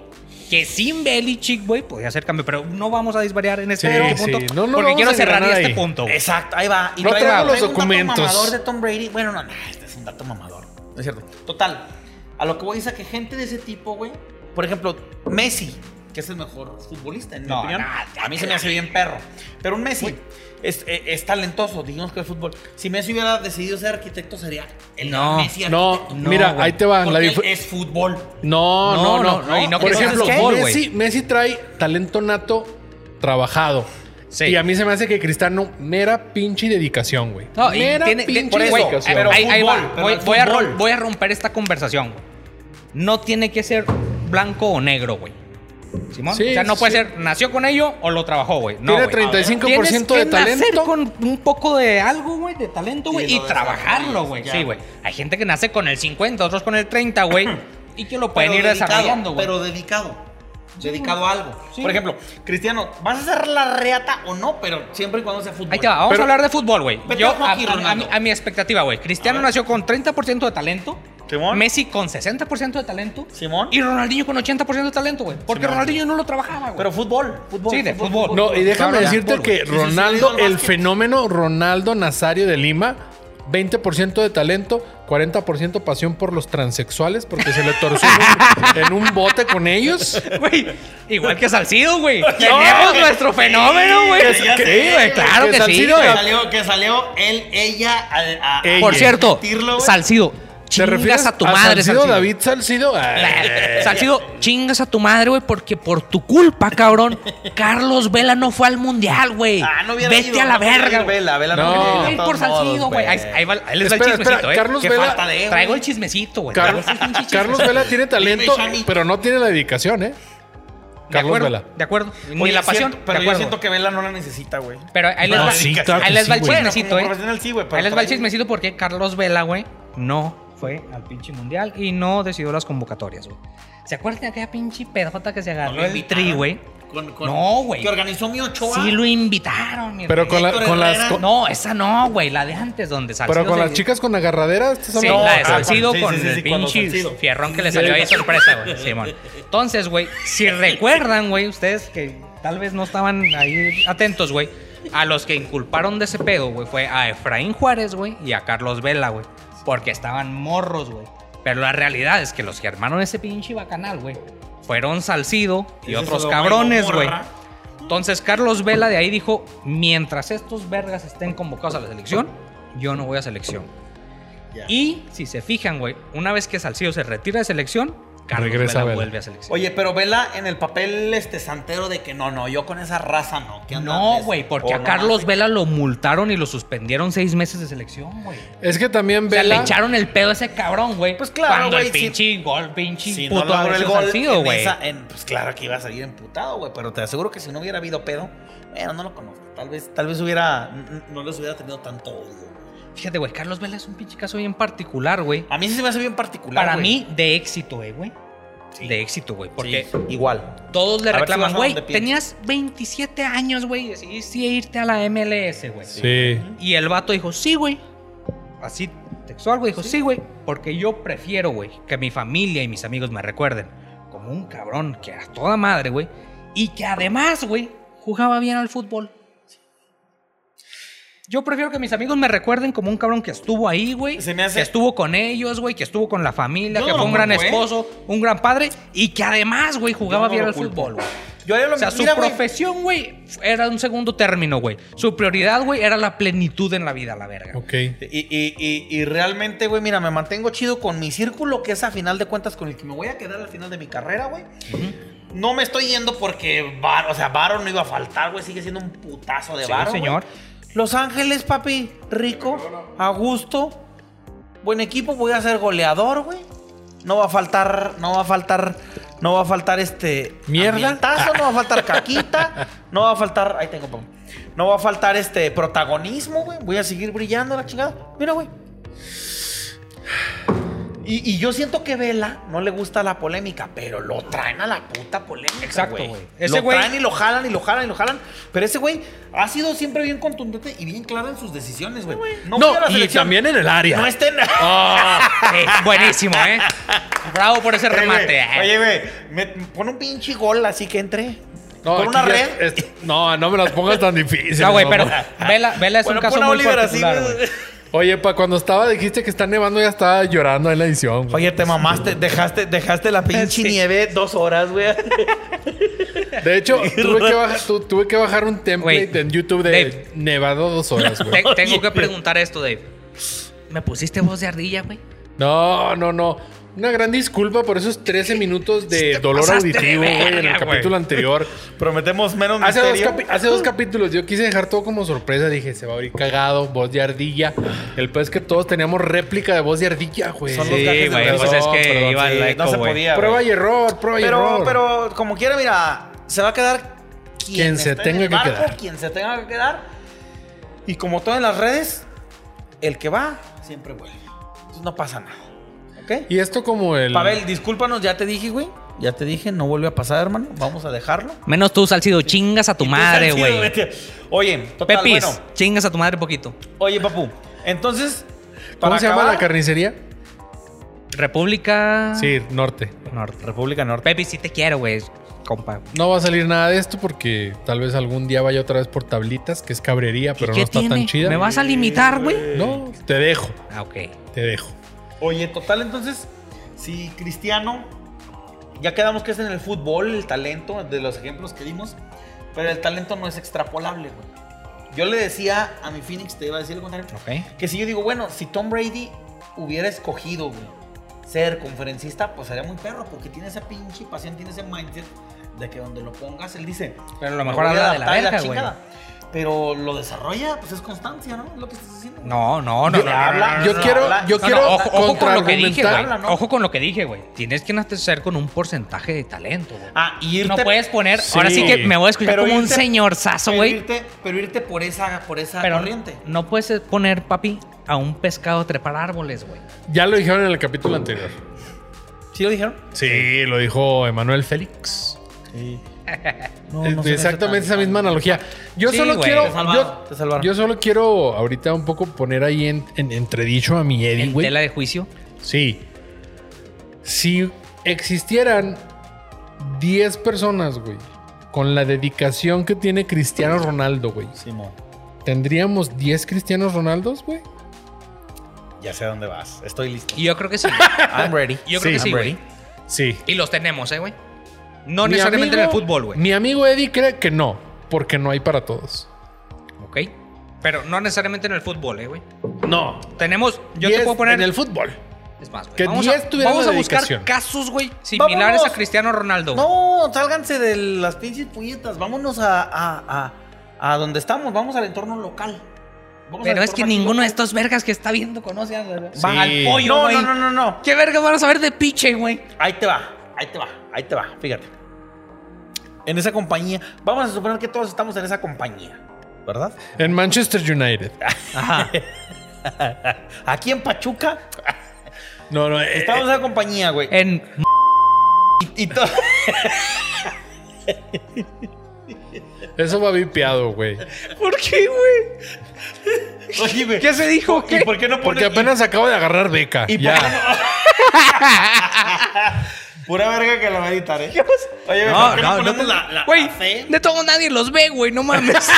que sin Belichick, güey, podía ser cambio. Pero no vamos a disvariar en este
Sí,
otro
sí.
punto.
No, no
porque
vamos
quiero
a
cerrar
engranar
este
ahí.
punto. güey.
Exacto, ahí va. Y
No
ahí
traigo
va.
los
Traigo un dato
documentos.
mamador de Tom Brady. Bueno, no, no, este es un dato mamador. No es cierto. Total, a lo que voy es a que gente de ese tipo, güey, por ejemplo, Messi, que es el mejor futbolista, en
No,
mi opinión.
no,
a mí se me hace bien perro. Pero un Messi es, es- es talentoso, digamos que el fútbol. Si Messi hubiera decidido ser arquitecto, sería el
No,
Messi
No,
arquitecto.
No,
mira,
güey.
ahí te va. La
Porque él
dif-
es fútbol.
No, no,
No,
no.
no, no, y no
Por
que-
ejemplo,
¿sabes qué?
Messi, Messi trae talento nato trabajado.
Sí.
Y a mí se me hace que Cristiano, mera pinche dedicación, güey.
No, y
mera
tiene-
pinche
ti- por eso,
güey,
dedicación.
pero-
ahí, ahí
fútbol,
va.
pero
Voy,
el
voy a,
fútbol.
rom- voy a romper esta conversación. güey. No tiene que ser blanco o negro, güey. Simón,
Sí,
o sea, no puede
sí.
ser nació con ello o lo trabajó, güey. No,
tiene
güey. Tienes
35%
que
de
nacer
talento.
con un poco de algo, güey, de talento, güey,
Y
y
lo
trabajarlo,
desarrollas,
güey.
ya.
Sí, güey. Hay gente que nace con el 50, otros con el
(clears throat)
30, güey, y que lo pueden
Pero
ir
dedicado,
desarrollando, güey.
Pero dedicado. dedicado a algo.
Sí.
Por ejemplo, Cristiano, ¿vas a hacer la reata o no? Pero siempre y cuando sea fútbol.
Ahí te va, vamos
Pero-
a hablar de fútbol, güey.
Vete
Yo,
a
a,
hockey,
a- a
Ronaldo.
mi, a mi expectativa, güey. Cristiano
A ver.
nació con 30% de talento.
Simón.
Messi con 60% de talento.
Simón.
Y Ronaldinho con 80% de talento, güey. Porque
Simón.
Ronaldinho no lo trabajaba, güey.
Pero fútbol, fútbol.
Sí, de fútbol.
No, y déjame
Claro,
decirte
fútbol,
que
güey. Sí, sí, sí,
Ronaldo,
digo, el
el
básquet.
fenómeno Ronaldo Nazario de Lima, 20% de talento, 40% pasión por los transexuales, porque se le torció en un- en un bote con ellos.
(laughs) Güey, igual que Salcido, güey. Tenemos nuestro fenómeno, güey.
ya
Sí,
sé,
güey, claro
que
que sí,
Salcido
Que
güey.
salió, que salió él, ella, a, a-
Ella.
Por cierto,
Mentirlo, güey.
Salcido, chingas a tu madre,
Salcido,
Salcido. Eh.
David Salcido? Ay.
Salcido, chingas a tu madre, güey, porque por tu culpa, cabrón, Carlos Vela no fue al mundial, güey.
Ah, no hubiera
Vete
ido,
a la
no hubiera
verga.
ido Vela, Vela
No.
no, hubiera ido de
Ay,
todos
por Salcido,
modos,
güey. Ahí, ahí va- ahí les va
Espera,
el chismecito,
espera,
eh.
Carlos
Qué
Vela-
falta de, Traigo el chismecito, güey.
Carlos,
Traigo el pinche
Carlos
chismecito.
Vela tiene talento,
Dime, Shani.
pero no tiene la dedicación, ¿eh?
De
Carlos
acuerdo,
Vela.
De acuerdo. Ni
Oye,
la pasión.
siento- pero
de
yo
acuerdo.
siento que Vela no la necesita, güey.
Pero ahí les
No,
va,
sí, claro
ahí
que
les va
sí,
el
güey.
chismecito,
Como
eh.
profesional sí, güey, pero
Ahí les va el
trae-
chismecito porque Carlos Vela, güey, no fue al pinche mundial y no decidió las convocatorias, güey. ¿Se acuerdan de aquella pinche pedota que se
No
agarró
lo
el tri,
invitaron.
güey?
Con- con-
No, güey.
Que organizó mi Ochoa.
Sí lo invitaron, mi
Pero
rey.
con, la-
Héctor
con las,
Herrera.
con-
No, esa no, güey, la de antes donde Salcido
pero con
se-
las chicas con agarradera,
este
¿estás
Sí,
hablando?
la de
Ok.
Salcido
sí,
con
Ah, sí, sí,
el
sí, con los
pinche
Salcido.
fierrón que le salió ahí sorpresa, güey. Simón. Entonces, güey,
(laughs)
si recuerdan, güey, ustedes que tal vez no estaban ahí atentos, güey, a los que inculparon de ese pedo, güey, fue a Efraín Juárez, güey, y a Carlos Vela, güey, porque estaban morros, güey. Pero la realidad es que los que armaron ese pinche bacanal, güey, fueron Salcido y
Ese
otros
Sodomita
cabrones,
Morra.
güey. Entonces Carlos Vela de ahí dijo, mientras estos vergas estén convocados a la selección, yo no voy a selección.
Ya.
Y si se fijan, güey, una vez que Salcido se retira de selección, Carlos
Regresa
Vela,
Vela.
vuelve a selección.
Oye, pero Vela en el papel este santero de que no, no, yo con esa raza no. que andan
no,
des-
güey, porque
por
a
nomás
Carlos
de-
Vela lo multaron y lo suspendieron seis meses de selección, güey.
Es que también
O sea, le
Vela.
echaron el pedo a ese cabrón, güey.
Pues claro,
Cuando el
güey, si-
pinche gol, pinche
Si no
puto
logró el
haberse
gol
Salcido,
en
güey.
esa- en- pues claro que iba a salir emputado, güey, pero te aseguro que si no hubiera habido pedo, bueno, no lo conozco. Tal vez, tal vez hubiera, n- no les hubiera tenido tanto odio.
Fíjate, güey, Carlos Vela es un pinche caso bien particular, güey.
A mí sí se me hace bien particular.
Para
güey.
mí, de éxito, eh, güey. De éxito, güey. Porque
Sí, igual.
Todos le
A ver si
reclaman,
vas a
güey,
donde piensas".
tenías 27 años, güey, y decidiste irte a la MLS, güey.
Sí.
Y el vato dijo, sí, güey. Así textual, güey, dijo, sí, güey, porque yo prefiero, güey, que mi familia y mis amigos me recuerden como un cabrón que era toda madre, güey, y que además, güey, jugaba bien al fútbol. Yo prefiero que mis amigos me recuerden como un cabrón que estuvo ahí, güey.
Se me hace-
Que estuvo con ellos, güey. Que estuvo con la familia.
Yo
que
no
fue
lo
un gran
culpo, ¿eh?
esposo, un gran padre. Y que además, güey,
Yo
jugaba
no
bien
lo
al
culpo.
fútbol, güey.
Yo haría lo
O sea,
mismo.
su
Mira, güey,
profesión, güey, era un segundo término, güey. Su prioridad, güey, era la plenitud en la vida, la verga.
Ok.
Y, y- y- y realmente, güey, mira, me mantengo chido con mi círculo, que es a final de cuentas con el que me voy a quedar al final de mi carrera, güey. No me estoy yendo porque, Var- o sea, Varo no iba a faltar, güey. Sigue siendo un putazo de
Sí,
Varo.
señor.
güey. Los Ángeles, papi, rico, a gusto. buen equipo, voy a ser goleador, güey. No va a faltar, no va a faltar, no va a faltar este.
Mierda.
ambientazo, no va a faltar caquita, no va a faltar. Ahí tengo, pam. No va a faltar este protagonismo, güey. Voy a seguir brillando la chingada. Mira, güey. Y, y yo siento que Vela no le gusta la polémica, pero lo traen a la puta polémica.
Exacto, güey. Ese
Lo
güey-
traen y lo jalan y lo jalan y lo jalan. Pero ese güey ha sido siempre bien contundente y bien claro en sus decisiones, güey.
No,
fui a la
y
selección.
también en el área.
No estén.
Oh, Sí, buenísimo, ¿eh? Bravo por ese remate.
(laughs) Oye, güey, Oye, güey, me pon un pinche gol así que entre.
No,
pon una
aquí ya
red.
es- no, no me las pongas tan difíciles.
no, güey,
mamá.
pero Vela, Vela es
Bueno,
un caso
pon a
muy
Oliver así,
particular,
güey.
güey.
Oye, pa, cuando estaba, dijiste que está nevando, ya estaba llorando en la edición. güey.
Oye, te mamaste, dejaste, dejaste la pinche
Sí.
nieve dos horas, güey. (laughs)
De hecho, tuve que, bajar, tu- tuve que bajar un template
Güey,
en YouTube de
Dave.
nevado dos horas, güey.
Te- tengo que preguntar esto, Dave. ¿Me pusiste voz de ardilla, güey?
No, no, no. Una gran disculpa por esos 13 minutos de
Te
dolor
pasaste de
auditivo, güey, en el
verga, güey.
capítulo anterior.
Prometemos menos
Hace dos,
misterio.
capi- hace dos capítulos yo quise dejar todo como sorpresa. Dije, se va a abrir cagado, voz de ardilla. El peor es que todos teníamos réplica de voz de ardilla, güey.
Son los
Sí,
gajes de
güey,
Perdón,
pues es que
perdón,
iba
sí,
al eco,
no se
güey.
podía.
Prueba
güey.
y error, prueba y
Pero,
error.
pero como quiera, mira, se va a quedar quien,
Quien se
está en
tenga
el
que
barco,
quedar.
Quien se tenga que quedar. Y como todo en las redes, el que va siempre vuelve. Entonces no pasa nada. ¿Ok?
Y esto como el...
Pavel, discúlpanos, ya te dije, güey. Ya te dije, no vuelve a pasar, hermano. Vamos a dejarlo.
Menos tú, Salcido. Chingas a tu madre, güey.
Oye, total,
Pepis,
bueno.
chingas a tu madre poquito.
Oye, papu, entonces.
¿Cómo
para
se llama
acabar-
la carnicería?
República.
Sí, Norte.
Norte.
República Norte.
Pepis, sí te quiero, güey. Compa.
No va a salir nada de esto porque tal vez algún día vaya otra vez por tablitas, que es cabrería, pero no
¿Qué
está
tiene?
tan chida.
¿Me vas a limitar, güey?
No, te dejo,
Ah, ok.
te dejo.
Oye, total, entonces, si Cristiano, ya quedamos que es en el fútbol, el talento, de los ejemplos que dimos, pero el talento no es extrapolable, güey. Yo le decía a mi Phoenix, te iba a decir lo contrario,
Ok.
que si yo digo, bueno, si Tom Brady hubiera escogido, güey, ser conferencista, pues sería muy perro, porque tiene esa pinche pasión, tiene ese mindset de que donde lo pongas, él dice,
Pero a lo
me
mejor
voy a
habla de la
adaptar y
verga, güey.
chingada". Pero lo desarrolla, pues es constancia, ¿no? Es lo que estás haciendo. güey.
No, no, no,
Yo-
no, no, no, no,
yo
no,
quiero,
habla-
yo
No, no,
quiero
ojo, ojo con lo que dije, güey.
contraargumentar.
habla, ¿no?
Ojo con lo que dije, güey. Tienes que nacer con un porcentaje de talento, güey.
Ah, y irte
no puedes poner.
Sí.
Ahora sí que me voy a escuchar
Pero
como un
irte-
señorzazo,
pero
güey.
irte, pero irte por esa, por esa
Pero
corriente.
no puedes poner, papi, a un pescado a trepar árboles, güey.
Ya lo dijeron en el capítulo anterior.
¿Sí lo dijeron?
Sí, lo dijo Emanuel Félix.
(laughs) Sí.
Es- Eh, Exactamente esa misma analogía. Yo
Sí,
solo
güey,
quiero.
te
salvaron,
yo,
te salvaron.
yo solo quiero ahorita un poco poner ahí en, en entredicho a mi Eddie,
En
güey.
tela de juicio.
Sí. Si existieran 10 personas, güey, con la dedicación que tiene Cristiano Ronaldo, güey, ¿tendríamos 10 Cristianos Ronaldos, güey?
Ya sé a dónde vas. Estoy listo.
Y yo creo (laughs) que sí.
I'm ready.
Yo creo
Sí,
que sí,
I'm
güey.
Sí.
Y los tenemos, ¿eh, güey? No
Mi
necesariamente en
amigo-
el fútbol, güey.
Mi amigo Eddie cree que no, porque no hay para todos.
Ok. Pero no necesariamente en el fútbol, ¿eh, güey?
No.
Tenemos. Yo te
10
puedo poner.
En el fútbol.
Es más, güey.
Que
Vamos,
10
a,
tuvieran
vamos
la
a buscar
dedicación.
casos, güey, similares
Vámonos.
a Cristiano Ronaldo. güey.
No, sálganse de las pinches puñetas. Vámonos a, a, a, a donde estamos. Vamos al entorno local. Vamos
Pero
al
es que
entorno
ninguno de
aquí
estos vergas que está viendo conoce a la-
local. Va
Sí.
al pollo.
No,
No,
güey.
no, no, no, no.
¿Qué verga van a saber de piche, güey?
Ahí te va. Ahí te va. Ahí te va. Fíjate. En esa compañía. Vamos a suponer que todos estamos en esa compañía. ¿Verdad?
En Manchester United.
Ajá.
Aquí en Pachuca.
No, no. eh,
Estamos en esa compañía, güey.
En.
Y, y todo.
eso va vipeado, güey.
¿Por qué, güey?
(laughs) Oye, güey.
¿Qué se dijo?
¿Y
¿Qué?
por qué no pones-
Porque apenas acabo de agarrar beca.
y- y por
ya.
qué
(laughs)
no- Pura verga que lo va a editar, ¿eh? Oye, güey, ¿por
No,
qué
no, no.
ponemos la, la-
Güey,
la fe?
de todo nadie los ve, güey, no mames.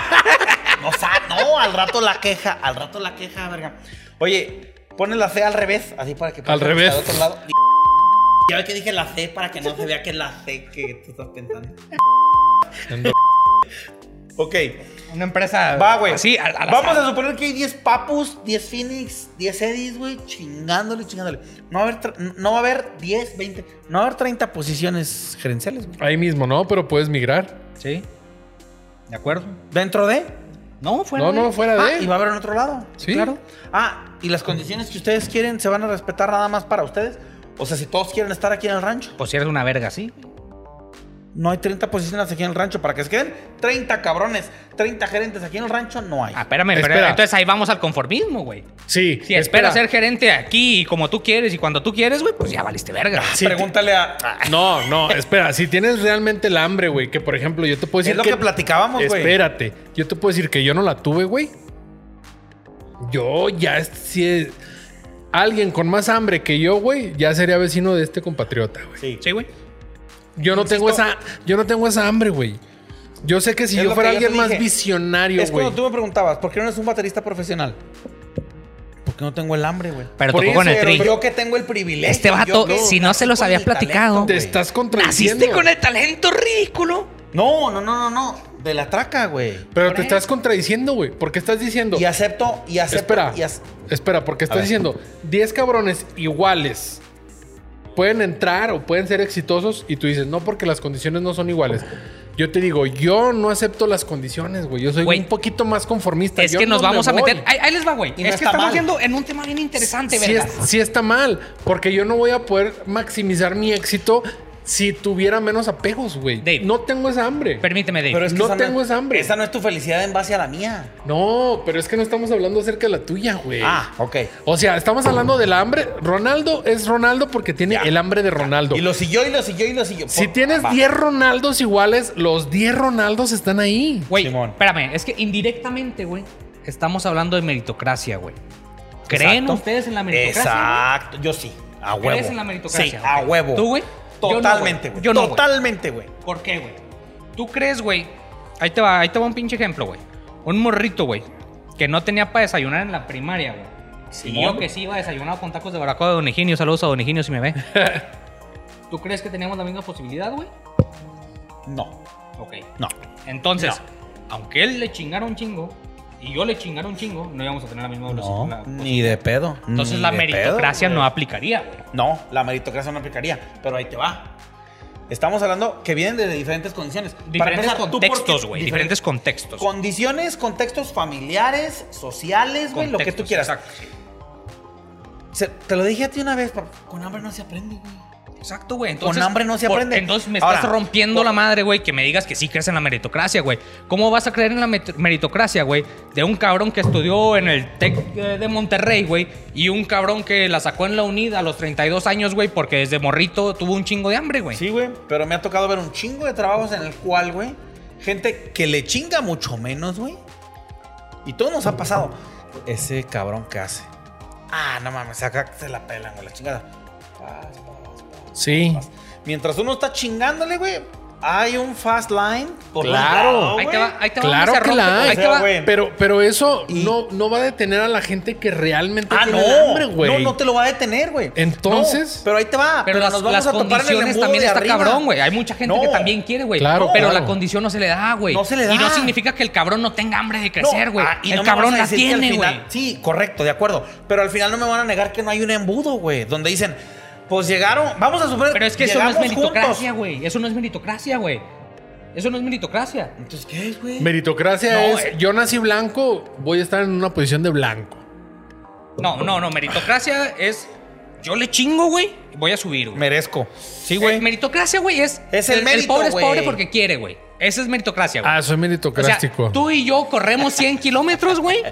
O sea, no, al rato la queja, al rato la queja, verga. Oye, pones la C al revés, así para que...
Al revés.
Al otro lado. Ya ve que dije la C para que no se vea que es la C que tú estás pensando. Ok,
Una empresa.
va, güey.
Sí, a, la
Vamos a suponer que hay 10 Papus, 10 Phoenix, 10 Eddies, güey, chingándole, chingándole. No va a haber, tr- no va a haber 10, 20, no va a haber 30 posiciones gerenciales, güey.
Ahí mismo, ¿no? Pero puedes migrar.
Sí. ¿De acuerdo?
Dentro de
No, fuera
No,
de-
no, fuera
Ah,
de.
y va a haber en otro lado.
Sí.
Claro. Ah, y las condiciones que ustedes quieren se van a respetar nada más para ustedes. O sea, si todos quieren estar aquí en el rancho,
Pues si eres una verga, sí.
no hay 30 posiciones aquí en el rancho. Para que se queden 30 cabrones, 30 gerentes aquí en el rancho, no hay.
Ah, espérame, pero
Espera.
entonces ahí vamos al conformismo, güey.
Sí.
Si esperas ser gerente aquí y como tú quieres y cuando tú quieres, güey, pues ya valiste verga.
Sí, Pregúntale a.
No, no, espera. Si tienes realmente el hambre, güey, que por ejemplo yo te
pues
puedo decir
es lo que, platicábamos, güey.
Espérate, yo te puedo decir que yo no la tuve, güey. Yo ya es- si es- alguien con más hambre que yo, güey, ya sería vecino de este compatriota, güey.
Sí.
Sí, güey.
Yo no tengo
Insisto.
esa yo no tengo esa hambre, güey. Yo sé que si
Es
yo
lo
fuera
que yo
alguien
te
más
dije.
visionario,
Es
güey.
cuando tú me preguntabas, ¿por qué no eres un baterista profesional? Porque no tengo el hambre, güey.
Pero
Por
tocó
eso,
con el
Pero
tri.
yo que tengo el privilegio.
Este vato,
yo-
si no se los
con
habías
mi
platicado,
Te
güey.
estás contradiciendo.
Naciste con el talento ridículo.
No, no, no, no, no. De la traca, güey.
Pero
Por eso.
te estás contradiciendo, güey. Porque estás diciendo.
Y acepto, y acepto.
Espera,
y ac-
espera, porque estás
ver.
diciendo 10 cabrones iguales pueden entrar o pueden ser exitosos y tú dices, no, porque las condiciones no son iguales. Yo te digo, yo no acepto las condiciones, güey. Yo soy
Güey,
un poquito más conformista.
Es
Yo
que nos
no me
vamos a
voy.
meter. Ahí, ahí les va, güey.
Y no
es que
está
estamos
mal.
yendo en un tema bien interesante,
Sí,
verga.
es- sí está mal, porque yo no voy a poder maximizar mi éxito si tuviera menos apegos, güey.
Dave.
No tengo esa hambre.
Permíteme, Dave.
Pero es que
No
esa
tengo esa hambre.
Esa no es tu felicidad en base a la mía.
no, pero es que no estamos hablando acerca de la tuya, güey.
Ah, ok.
O sea, estamos hablando del hambre. Ronaldo es Ronaldo porque tiene el hambre de Ronaldo.
Y lo siguió, y lo siguió, y lo siguió.
Si
Por-
tienes
va.
10 Ronaldos iguales, los 10 Ronaldos están ahí.
Güey,
Simón.
espérame, es que indirectamente, güey, estamos hablando de meritocracia, güey. ¿Creen
Exacto.
ustedes en la meritocracia?
Exacto. Yo sí. A huevo.
¿Crees en la meritocracia?
Sí, a
Ok.
huevo.
¿Tú, güey? Yo no,
Totalmente,
güey.
güey.
Yo no, güey.
Totalmente, güey.
güey? ¿Por qué, güey? ¿Tú crees, güey? Ahí te va, ahí te va un pinche ejemplo, güey. Un morrito, güey, que no tenía para desayunar en la primaria, güey. Y yo que sí iba desayunado con tacos de barbacoa de Don Higinio. Saludos a Don Higinio si me
(laughs)
ve. ¿Tú crees que teníamos la misma posibilidad, güey?
No,
Ok.
no.
Entonces, aunque él le chingara un chingo y yo le chingara un chingo, no íbamos a tener la misma velocidad.
No,
la-
ni de pedo.
Entonces
ni
la
de pedo,
meritocracia
güey.
no aplicaría, güey.
No, la meritocracia no aplicaría, pero ahí te va. Estamos hablando que vienen desde diferentes condiciones. Para
Diferentes
empezar, ¿tú por qué-
contextos, güey. Diferentes contextos.
Condiciones, contextos familiares, sociales, güey, lo que tú
Contextos,
quieras.
Exacto. sí.
Se- te lo dije a ti una vez, pero con hambre no se aprende, güey.
Exacto, güey.
Con
Entonces,
hambre no se
por-
aprende.
entonces me
Ahora,
estás rompiendo
por-
la madre, güey, que me digas que sí crees en la meritocracia, güey. ¿Cómo vas a creer en la met- meritocracia, güey? De un cabrón que estudió en el TEC eh, de Monterrey, güey, y un cabrón que la sacó en la UNID a los 32 años, güey, porque desde morrito tuvo un chingo de hambre, güey.
Sí, güey, pero me ha tocado ver un chingo de trabajos en el cual, güey, gente que le chinga mucho menos, güey. Y todo nos ha pasado. Ese cabrón que hace. Ah, no mames, acá se la pelan, güey, la chingada. Paz, paz, paz.
Sí.
Mientras uno está chingándole, güey, hay un fast line. por un
Claro.
lado,
Ahí
güey.
te va, ahí te va.
Claro
donde se
que la
rompe,
hay.
Ahí te
O sea,
va.
güey,
Pero, pero eso
Y-
no, no va a detener a la gente que realmente
Ah,
tiene
no.
hambre, güey.
no, no te lo va a detener, güey.
Entonces-
No, pero ahí te va.
Pero las,
nos vamos
las
a topar en el
condiciones
embudo
también
de
está
arriba.
cabrón, güey. Hay mucha gente
No.
que también quiere, güey.
Claro,
pero
claro.
la condición no se le da, güey.
No se le
Y no
da.
significa que el cabrón no tenga hambre de crecer,
No,
güey.
ah, y
el
no me vas
cabrón
a
la
decir que al
tiene, güey.
final- Sí, correcto, de acuerdo. Pero al final no me van a negar que no hay un embudo, güey. Donde dicen, pues llegaron, vamos a suponer.
Pero es que eso no es
llegamos
meritocracia,
juntos.
güey. Eso no es meritocracia, güey. Eso no es meritocracia.
Entonces, ¿qué es, güey?
Meritocracia
No,
es
eh.
yo nací blanco, voy a estar en una posición de blanco.
No, no, no. Meritocracia es yo le chingo, güey. y Voy a subir, güey.
Merezco. Sí,
Eh, meritocracia, güey, es,
Es el mérito,
pobre
güey.
es pobre porque quiere, güey. Esa es meritocracia, güey.
Ah, soy
O sea,
meritocrático.
tú y yo corremos 100 kilómetros, güey.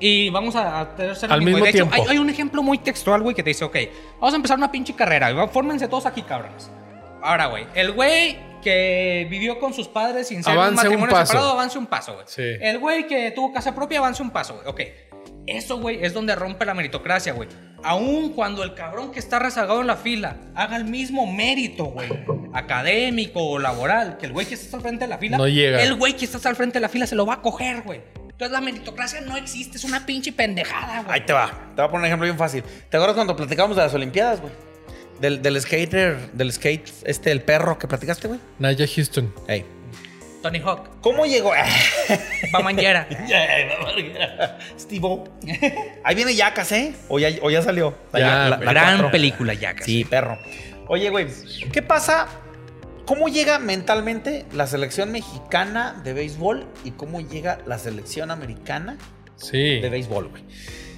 Y vamos a hacer
Al mismo
de hecho,
tiempo.
Hay, hay un ejemplo muy textual, güey, que te dice, ok, vamos a empezar una pinche carrera. güey, Fórmense todos aquí, cabrones. Ahora, güey, el güey que vivió con sus padres sin ser un
Avance un
matrimonio
paso.
separado, avance un paso, güey.
Sí.
El güey que tuvo casa propia, avance un paso, güey. Ok. Eso, güey, es donde rompe la meritocracia, güey. Aún cuando el cabrón que está rezagado en la fila haga el mismo mérito, güey, académico o laboral, que el güey que está al frente de la fila,
No llega.
el güey que está al frente de la fila se lo va a coger, güey. Entonces la meritocracia no existe, es una pinche pendejada, güey.
Ahí te va. Te voy a poner un ejemplo bien fácil. ¿Te acuerdas cuando platicamos de las Olimpiadas, güey? Del, del skater, del skate, este, el perro que platicaste, güey.
Naya Houston.
Ey.
Tony Hawk,
¿Cómo llegó? (laughs)
va (laughs) mañana.
Steve (laughs) Ahí viene Yacas, ¿eh? O ya, o ya salió.
Ya,
La- la-
güey.
la
Gran
cuatro.
película, ya.
Sí, perro. Oye, güey, ¿qué pasa ¿Cómo llega mentalmente la selección mexicana de béisbol y cómo llega la selección americana
Sí.
de béisbol, güey?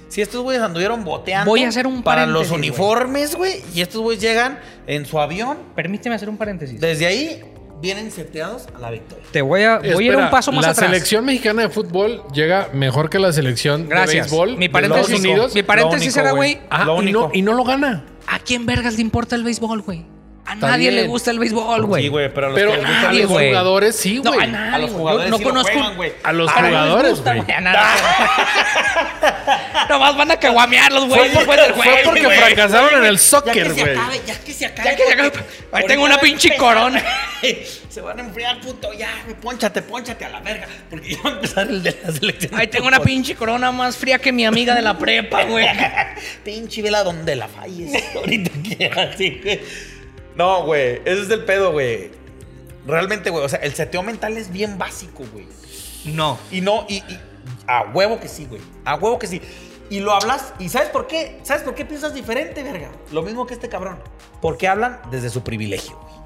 Si estos güeyes anduvieron boteando
Voy a hacer un
para los
paréntesis, güey.
uniformes, güey, y estos güeyes llegan en su avión,
Permíteme hacer un paréntesis.
desde ahí vienen seteados a la victoria.
Te voy a, voy a ir
Espera,
un paso más
la
atrás.
selección mexicana de fútbol llega mejor que la selección de
Gracias.
béisbol
Mi
de
paréntesis-
Estados Unidos.
mi paréntesis
Lo único,
era, güey,
Ah,
lo
y, no,
único.
y no lo gana.
¿A quién vergas le importa el béisbol, güey? A
Está
nadie
bien.
le gusta el béisbol, güey. ah,
Sí, güey, pero, a los
Pero
que les gusta-
a
nadie,
los
güey.
jugadores sí,
No,
güey.
a nadie.
a los
güey.
jugadores
Yo no
sí lo
conozco.
juegan, güey.
A los
Ah,
jugadores, güey.
A
(laughs)
nada. Nomás van a caguamearlos, güey.
Fue
después del
fue
juego,
porque
güey.
fracasaron en
Ya que
el soccer,
se
güey.
acabe, ya que se acabe.
Ya que se acaba- Ahí tengo una pinche corona.
(laughs) Se van a enfriar, puto. Ya, güey, ponchate, ponchate a la verga. Porque ya va a empezar el de la selección.
Ahí tengo una pinche corona más fría que mi amiga de la prepa, güey. (laughs)
pinche vela donde la falles. (laughs) Ahorita que así, güey. No, güey. Ese es el pedo, güey. Realmente, güey. O sea, el seteo mental es bien básico, güey.
No.
Y no, y, y- a huevo que sí, güey. A huevo que sí. Y lo hablas, ¿y sabes por qué? ¿Sabes por qué piensas diferente, verga? Lo mismo que este cabrón. Porque hablan desde su privilegio. güey.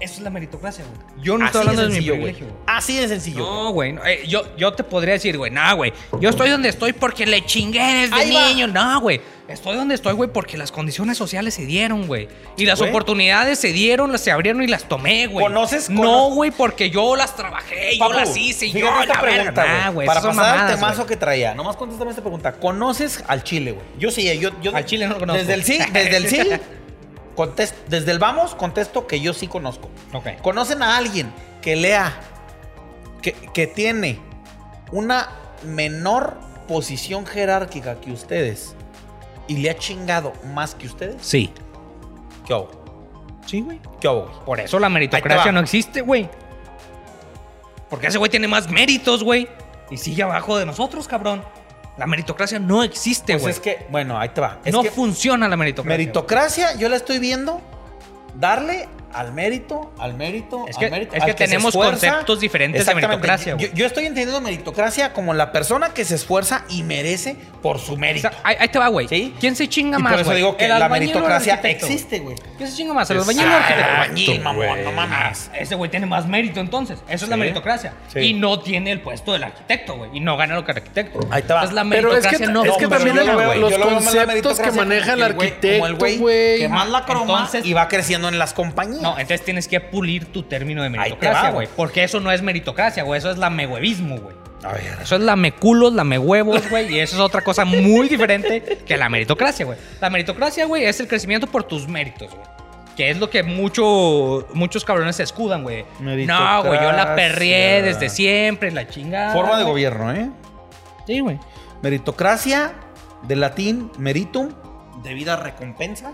Eso es la meritocracia, güey. Yo no
Así
estoy hablando
de
de mi
sencillo, güey.
privilegio, güey.
Así de sencillo. güey.
No, güey. no, eh, yo, yo te podría decir, güey, nah, güey. Yo estoy donde estoy porque le chingué desde
Ahí va.
niño. No, güey. Estoy donde estoy, güey, porque las condiciones sociales se dieron, güey. Y las
Güey.
oportunidades se dieron, las se abrieron y las tomé, güey.
¿Conoces-
No,
conoces-
güey, porque yo las trabajé,
Papu,
yo las hice, yo
fíjate esta
la verga.
pregunta,
Nah,
güey,
güey.
Para
esas son
pasar al
mamadas,
temazo
güey.
que traía, nomás contéstame esta pregunta. ¿Conoces al Chile, güey? Yo sí, eh, yo, yo-
Al Chile no lo conozco.
Desde el sí, desde el sí.
(laughs)
contest- desde el vamos, contesto que yo sí conozco.
Ok.
¿Conocen a alguien que lea, que, que tiene una menor posición jerárquica que ustedes y le ha chingado más que ustedes?
Sí.
¿Qué hago?
Sí, güey.
¿Qué hago, güey?
Por eso la
Ahí te
meritocracia
va.
no existe, güey. Porque ese güey tiene más méritos, güey. Y sigue abajo de nosotros, cabrón. La meritocracia no existe,
Pues
güey.
es que, bueno, ahí te va. Es
no
que
funciona la meritocracia.
meritocracia, yo la estoy viendo darle al mérito, al mérito,
Es
al
que-
mérito.
es
al
que
se
tenemos
esfuerza.
conceptos diferentes de
Exactamente.
meritocracia,
Yo,
güey.
yo estoy entendiendo meritocracia como la persona que se esfuerza y merece por su
O
mérito.
sea, ahí, ahí te va, güey.
¿Sí?
¿Quién se chinga
y
Ah, más?
por eso
güey?
digo que
¿El
la
albañil o el
meritocracia
arquitecto?
existe, güey.
¿Quién se chinga más? ¿El albañil o el
Ah,
arquitecto?
el albañil,
Exacto,
mamón,
güey.
no mames.
Ese güey tiene más mérito entonces. Eso es la
Sí.
meritocracia.
Sí.
Y no tiene el puesto del arquitecto, güey. Y no gana lo que el arquitecto.
Ahí te va.
Entonces la
Pero es
meritocracia
que,
no
es que
pero
también
yo lo
el-
funciona,
veo-
güey.
yo
los
lo veo más la
conceptos que
meritocracia
maneja el
como güey- como el
arquitecto,
güey
güey.
Que más la croma
Entonces-
y va creciendo en las compañías.
No, entonces tienes que pulir tu término de
Ahí te
meritocracia,
va,
güey.
güey.
Porque eso no es meritocracia, güey. Eso es lamehuevismo, güey.
A ver.
Eso es lameculos, lamehuevos, güey. Y eso es otra cosa muy diferente que la meritocracia, güey. La meritocracia, güey, es el crecimiento por tus méritos, güey. Que es lo que mucho, muchos cabrones se escudan, güey. No, güey, yo la perrié
Meritocracia.
desde siempre, la chingada.
Forma de
güey.
gobierno, ¿eh?
Sí, güey.
Meritocracia, de latín meritum, debida recompensa.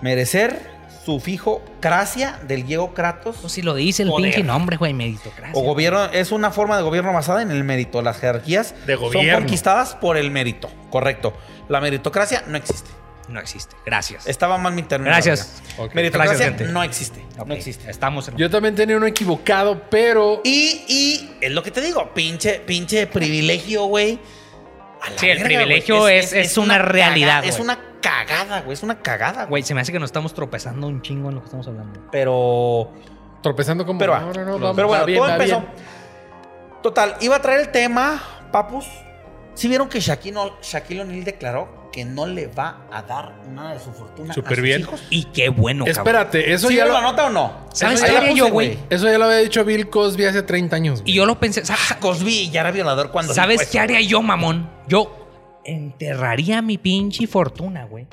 Merecer, sufijo cracia, del griego kratos.
Pues si lo dice el
Poder.
pinche nombre, güey, meritocracia.
o gobierno, es una forma de gobierno basada en el mérito. Las jerarquías
De
son
gobierno.
conquistadas por el mérito. Correcto. La meritocracia no existe.
No existe. Gracias.
Estaba mal mi término.
Gracias.
la verdad.
Ok.
Meritocracia
Gracias, gente.
no existe.
Ok,
No existe.
Estamos en.
Yo también tenía uno equivocado, pero
Y, y es lo que te digo, pinche, pinche privilegio, güey. A la
Sí, el
güey.
privilegio es- es una realidad,
caga- Es
güey.
una cagada, güey. Es una cagada, güey.
Güey, se me hace que nos estamos tropezando un chingo en lo que estamos hablando.
Pero.
tropezando como.
Pero, va.
no, no, no, vamos,
pero bueno,
va bien,
todo
va
empezó.
bien.
Total, iba a traer el tema, papus. Si vieron que Shaquille, O- Shaquille O'Neal declaró que no le va a dar nada de su fortuna a
Súper
sus
bien.
hijos.
Y qué bueno, cabrón.
Espérate, eso
¿Sí
ya
vieron
lo,
la nota o no?
¿Sabes
Eso
qué
ya la
haría yo,
puse,
güey?
eso ya lo había dicho Bill Cosby hace 30 años. güey.
Y yo lo pensé. ¿sabes?
Ah, Cosby ya era violador cuando.
¿Sabes
dijo
qué
eso,
haría yo, mamón? Yo enterraría mi pinche fortuna, güey.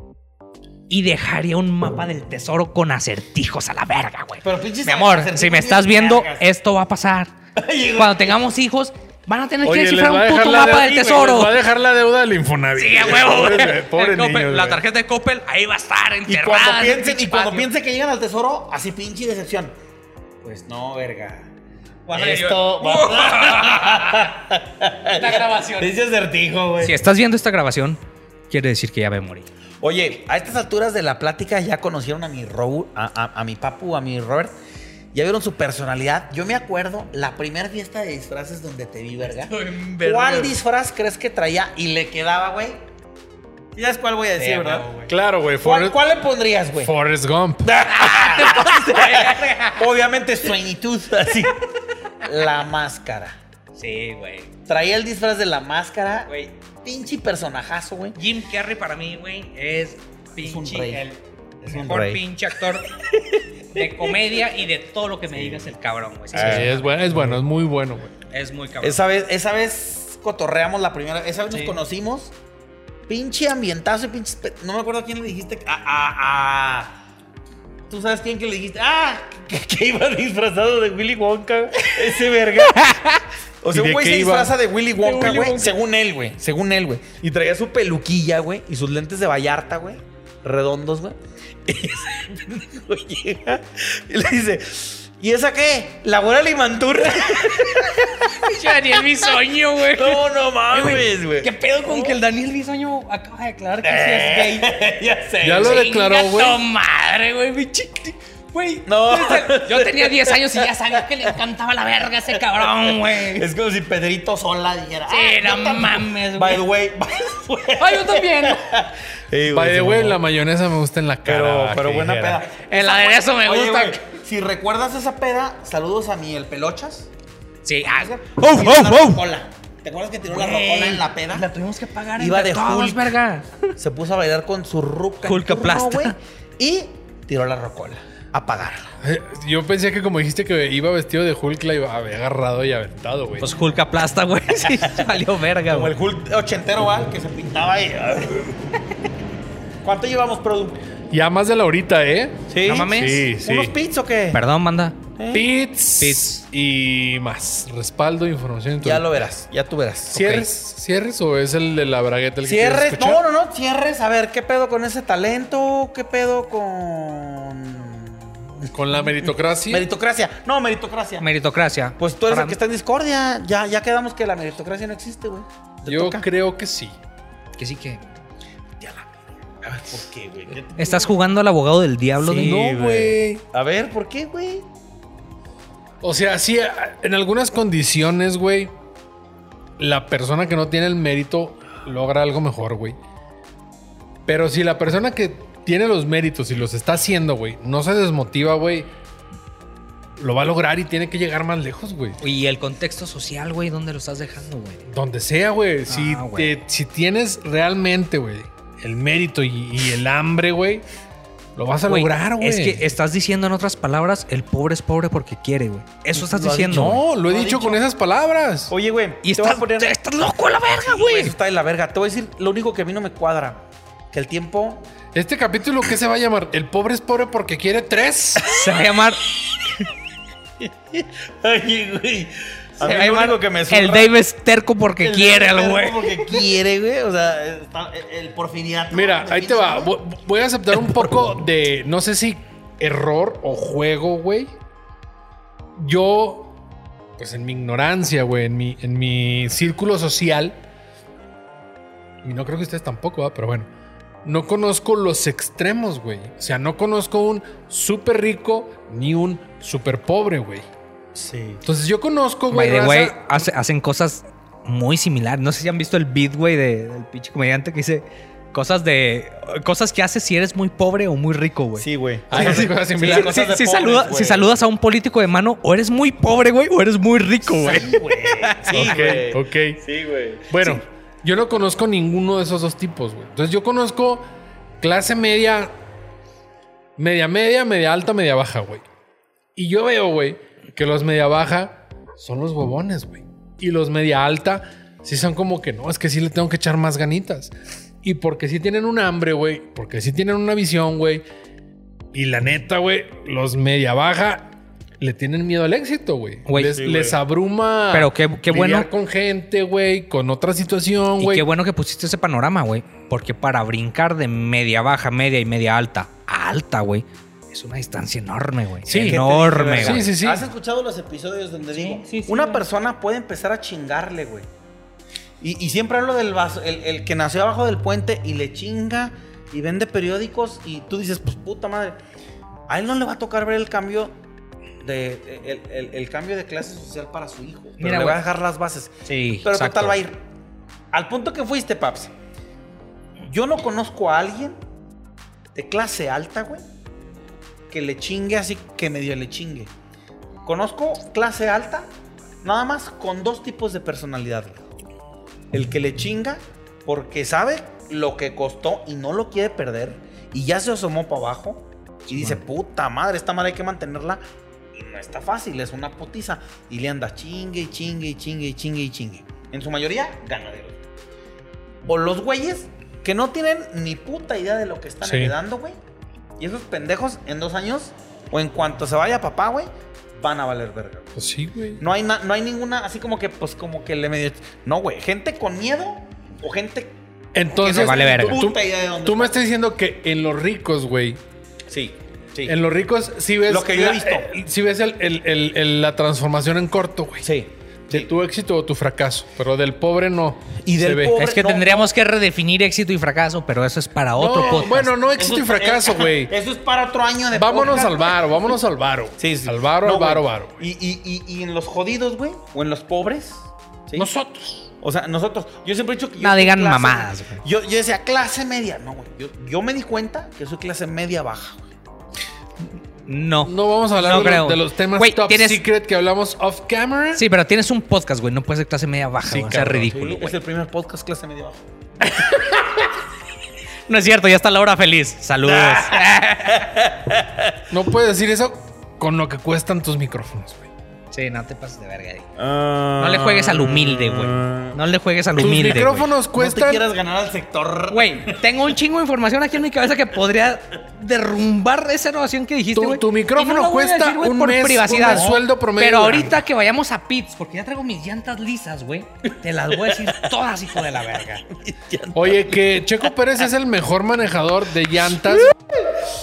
Y dejaría un mapa del tesoro con acertijos a la verga, güey.
Pero pinches
Mi amor,
acertijos
si me
bien
estás viendo,
vergas.
esto va a pasar. Cuando tengamos hijos, van a tener que
les
descifrar
va a
un
dejar
puto
la
mapa
deuda-
del
sí, güey,
tesoro.
les va a dejar la deuda del Infonavit.
Sí, a huevo.
Pobre,
güey.
(laughs) pobre
El Coppel,
niño,
la
güey.
tarjeta de Coppel, ahí va a estar
Y
enterrada.
cuando,
en el
piensen,
pinche
y cuando
patio.
piensen que llegan al tesoro, así pinche decepción. Pues no, verga.
Vas a-
Esto
(laughs)
La grabación.
Dice acertijo, güey.
Si estás viendo esta grabación, quiere decir que ya me morí.
Oye, a estas alturas de la plática ya conocieron a mi Robu, a, a- a mi papu, a mi Robert. Ya vieron su personalidad. Yo me acuerdo la primera fiesta de disfraces donde te vi, verga.
Estoy en verga.
¿Cuál disfraz crees que traía y le quedaba, güey? Ya es cuál voy a decir,
Sí,
¿verdad?
huevo, güey.
Claro, güey.
¿Cuál,
Forrest,
cuál le pondrías, güey?
Forrest Gump.
Obviamente sueñitud, (laughs) así. La máscara.
Sí, güey.
Traía el disfraz de la máscara.
Güey.
Pinche personajazo, güey.
Jim Carrey para mí, güey, es
Es un
pinche
rey.
el
Es un
mejor
rey.
pinche actor de comedia y de todo lo que me digas el cabrón, güey. Sí,
Sí, es bueno, es bueno, es muy bueno, güey.
Es muy cabrón.
Ah. Esa vez, esa vez cotorreamos la primera Esa vez
Sí.
nos conocimos. Pinche ambientazo y pinches. pe- No me acuerdo a quién le dijiste. Ah, ah, ah. ¿Tú sabes quién que le dijiste? Ah, que, que iba disfrazado de Willy Wonka. Ese verga. O sea,
¿Y de
un güey
qué
se
iba?
disfraza de Willy Wonka,
Willy
güey.
Wonka.
Según él, güey. Según él, güey. Y traía su peluquilla, güey. Y sus lentes de Vallarta, güey. Redondos, güey. (laughs) Y ese pendejo llega y le dice: ¿Y esa qué? ¿La abuela Limanturra?
Daniel Bisoño, güey.
No, no mames, güey.
¿Qué pedo con que el Daniel Bisoño acaba de declarar que sí es gay?
Eh. (laughs) ya sé.
Ya lo
Chinga
declaró, güey.
tu madre, güey, mi chiqui- Güey,
No.
desde- yo tenía 10 años y ya sabía que le encantaba la verga a ese cabrón, güey.
Es como si Pedrito sola dijera.
Sí,
"Ah,
no
yo también".
mames,
By
güey.
the way, (laughs) by the way.
Ay, Ah, yo también.
Ey,
By the
se
way,
mamó.
la mayonesa me gusta en la cara.
Pero,
va,
pero
que
buena
dijera.
peda.
El
Esa fue-
aderezo me
Oye,
gusta.
güey, si recuerdas esa peda, saludos a mi el Pelochas.
Sí, ah,
Oh, oh, oh. ¿Te acuerdas que tiró la
Güey,
rocola en la peda?
La tuvimos que pagar
Iba
entre
de
todos,
Hulk.
verga.
Se puso a bailar con su ruca. en
Hulkaplasta.
turno, güey, Y tiró la rocola. A pagarla.
Eh, Yo pensé que como dijiste que iba vestido de Hulk, la iba, había agarrado y aventado, güey.
Pues Hulk aplasta, güey.
(laughs)
(laughs) Sí, salió verga,
Como
güey.
el Hulk ochentero, ¿va? Que se pintaba ahí. ¿Cuánto llevamos, Produ?
ya más de la horita, ¿eh?
Sí.
No mames.
Sí, sí.
¿Unos pits o qué?
Perdón, manda.
Pits.
Pits.
Y más. Respaldo, información. entonces-
Ya lo verás, ya tú verás.
¿Cierres? ¿Cierres o es el de la bragueta el que quieres
Cierres,
escuchar?
no, no, no, cierres. A ver, ¿qué pedo con ese talento? ¿Qué pedo con.
Con la meritocracia.
Meritocracia. No, meritocracia.
Meritocracia.
pues tú eres
Para-
el que está en discordia. Ya, ya quedamos que la meritocracia no existe, güey. Te
Yo
toca.
creo que sí.
Que sí que.
A ver, ¿por qué, güey? ¿Qué-
Estás jugando al abogado del diablo.
Sí,
de...
güey. A ver, ¿por qué, güey?
O sea, sí, en algunas condiciones, güey, la persona que no tiene el mérito logra algo mejor, güey. Pero si la persona que tiene los méritos y los está haciendo, güey, no se desmotiva, güey, lo va a lograr y tiene que llegar más lejos, güey.
Y el contexto social, güey, ¿dónde lo estás dejando, güey?
Donde sea, güey. Si,
Ah, güey.
te- si tienes realmente, güey, el mérito y, y el hambre, güey, lo vas a
Güey,
lograr, güey.
Es que estás diciendo en otras palabras, el pobre es pobre porque quiere, güey. Eso estás
Lo ha
diciendo. güey.
No, lo he
Lo ha
dicho,
dicho.
con esas palabras.
Oye, güey.
Y
te voy a
estás,
poner-
estás loco a la verga,
Güey, eso
güey.
está de la verga. Te voy a decir, lo único que a mí no me cuadra. Que el tiempo.
Este capítulo, ¿qué se va a llamar? El pobre es pobre porque quiere tres.
Se va a llamar
Oye, güey.
Se va a llamar El Dave es terco porque quiere al güey.
Porque quiere, güey. O sea, está el porfiriato.
Mira,
de
ahí te va.
pinche-
Vo- Voy a aceptar un poco de, no sé si error o juego, güey. Yo, pues en mi ignorancia, güey, en mi, en mi círculo social, y no creo que ustedes tampoco, ¿verdad? pero bueno, no conozco los extremos, güey. O sea, no conozco un súper rico ni un súper pobre, güey.
Sí.
Entonces yo conozco, güey.
By the
raza-
way, hace- hacen cosas muy similares. No sé si han visto el beat, güey, de- del pinche comediante que dice cosas de. Cosas que haces si eres muy pobre o muy rico, güey.
Sí, güey.
Ah, no, sí, cosas
sí,
similares.
sí,
Si,
Cosas de
si
pobres,
saluda-
güey.
si saludas a un político de mano, o eres muy pobre, güey, o eres muy rico, güey.
Sí, güey. Sí, güey.
Ok, ok.
Sí, güey.
Bueno, yo no conozco ninguno de esos dos tipos, güey. Entonces yo conozco clase media, media media, media alta, media baja, güey. Y yo veo, güey, que los media baja son los huevones, güey. Y los media alta sí son como que no, es que sí le tengo que echar más ganitas. Y porque sí tienen un hambre, güey. Porque sí tienen una visión, güey. Y la neta, güey, los media baja le tienen miedo al éxito, güey.
Güey.
Les,
Sí,
les abruma.
Pero qué- qué
Ah, lidiar
bueno-
con gente, güey, con otra situación,
Y
güey.
qué bueno que pusiste ese panorama, güey. Porque para brincar de media baja, media y media alta a alta, güey, es una distancia enorme, güey.
Sí.
enorme,
Sí,
güey.
sí, sí.
¿Has escuchado los episodios donde digo?
sí, sí,
una
güey.
persona puede empezar a chingarle, güey. Y, y siempre hablo del vaso, el, el que nació abajo del puente y le chinga y vende periódicos y tú dices, pues puta madre, a él no le va a tocar ver el cambio de el, el- el cambio de clase social para su hijo. Pero
Mira,
le va
güey.
a dejar las bases.
Sí,
Pero
exacto.
total va a ir. Al punto que fuiste, Paps. Yo no conozco a alguien de clase alta, güey, que le chingue así, que medio le chingue. Conozco clase alta, nada más con dos tipos de personalidad. güey. El que le chinga porque sabe lo que costó y no lo quiere perder y ya se asomó para abajo y dice, puta madre, esta madre hay que mantenerla. Y no está fácil, es una putiza. Y le anda chingue, y chingue, y chingue, y chingue, y chingue. En su mayoría, ganaderos. O los güeyes que no tienen ni puta idea de lo que están
Sí.
heredando, güey. Y esos pendejos en dos años, o en cuanto se vaya papá, güey, van a valer verga. güey.
Pues sí, güey.
No hay, na- no hay ninguna, así como que, pues como que le medio... No, güey, gente con miedo o gente...
Entonces,
que
vale
tiene
verga.
puta idea de dónde
tú me
está.
estás diciendo que en los ricos, güey,
Sí, sí.
en los ricos sí ves...
Lo que yo he
la-
visto.
eh, sí ves el- el- el- el- la transformación en corto, güey.
Sí.
De tu éxito o tu fracaso, pero del pobre no.
Y
Se
del
ve.
pobre-
Es que
no,
tendríamos que redefinir éxito y fracaso, pero eso es para otro
No,
podcast.
Bueno, no éxito
Eso
y
es pa-
fracaso,
(laughs)
güey.
Eso es para otro año de
Vámonos
podcast.
al varo, vámonos al varo.
Sí, sí.
Al varo,
No,
al varo,
güey.
varo. güey.
Y, y- y- y en los jodidos, güey, o en los pobres. ¿sí?
Nosotros.
O sea, nosotros, yo siempre he dicho que... yo
No
soy
digan
clase-
mamadas, güey.
Yo, yo decía clase media. No, güey. Yo, yo me di cuenta que soy clase media baja. güey.
No.
No vamos a hablar
No
de, los-
creo.
de los temas
Güey,
top
tienes-
secret que hablamos off camera.
Sí, pero tienes un podcast, güey. No puedes ser clase media baja,
Sí,
güey. O sea,
cabrón.
ridículo,
es
güey.
el primer podcast clase media baja.
No es cierto, ya está la hora feliz. Saludos.
Ah. No puedes decir eso con lo que cuestan tus micrófonos, güey.
sí, no te pases de verga, güey.
Ah,
No le juegues al humilde, güey. No le juegues al
Tus
humilde. güey.
micrófonos
No te
cuestan.
quieras ganar al sector.
Güey, tengo un chingo de información aquí en mi cabeza que podría derrumbar esa oración que dijiste,
Tu-
güey.
tu
Y
micrófono
lo voy a
cuesta
güey,
un mes, un mes sueldo promedio.
Pero ahorita que vayamos a Pits, porque ya traigo mis llantas lisas, güey, te las voy a decir todas, hijo de la verga.
Oye, que Checo Pérez es el mejor manejador de llantas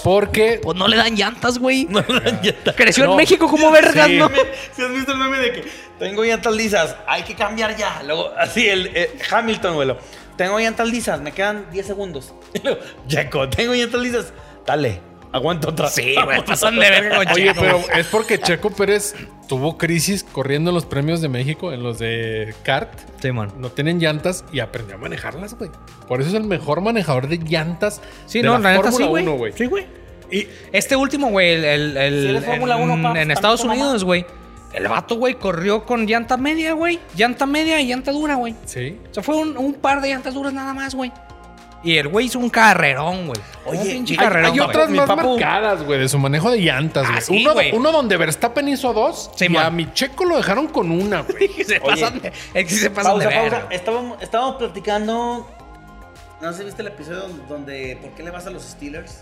porque
Pues no le dan llantas, güey.
(laughs) Ya está.
(laughs) Creció
No.
en México como vergas,
Sí.
¿no?
(laughs) Si has visto el meme de que tengo llantas lisas, hay que cambiar ya. Luego, así el eh, Hamilton, güey. lo, Tengo llantas lisas, me quedan 10 segundos. (laughs) Y luego, Checo, tengo llantas lisas. Dale, aguanto otra.
Sí, güey, pasan de verga, con
Oye,
Checo,
pero
güey.
es porque Checo Pérez tuvo crisis corriendo en los premios de México, en los de kart.
Sí, man.
No tienen llantas y aprendió a manejarlas, güey. Por eso es el mejor manejador de llantas.
Sí,
de
no, la neta sí,
Fórmula
güey.
1, güey.
Sí, güey.
Y
Este último, güey, el, el- el-
Sí, la Fórmula Uno,
en,
paps,
en
tanto
Estados
mamá.
Unidos, güey. El vato, güey, corrió con llanta media, güey. Llanta media y llanta dura, güey.
sí.
O sea, fue un, un par de llantas duras nada más, güey. Y el güey hizo un carrerón, güey.
Oye,
un pinche
hay-
carrerón.
Hay
güey.
otras
mi
más
papu-
marcadas, güey, de su manejo de llantas,
Ah,
güey.
sí,
uno,
güey.
uno donde Verstappen hizo dos
Sí,
y
man.
a mi Checo lo dejaron con una, güey.
(laughs) Que se
Oye.
pasan de, es que se pasan
Pausa,
de
pausa.
verga.
Estábamos, estábamos platicando. No sé si viste el episodio donde, donde- ¿Por qué le vas a los Steelers?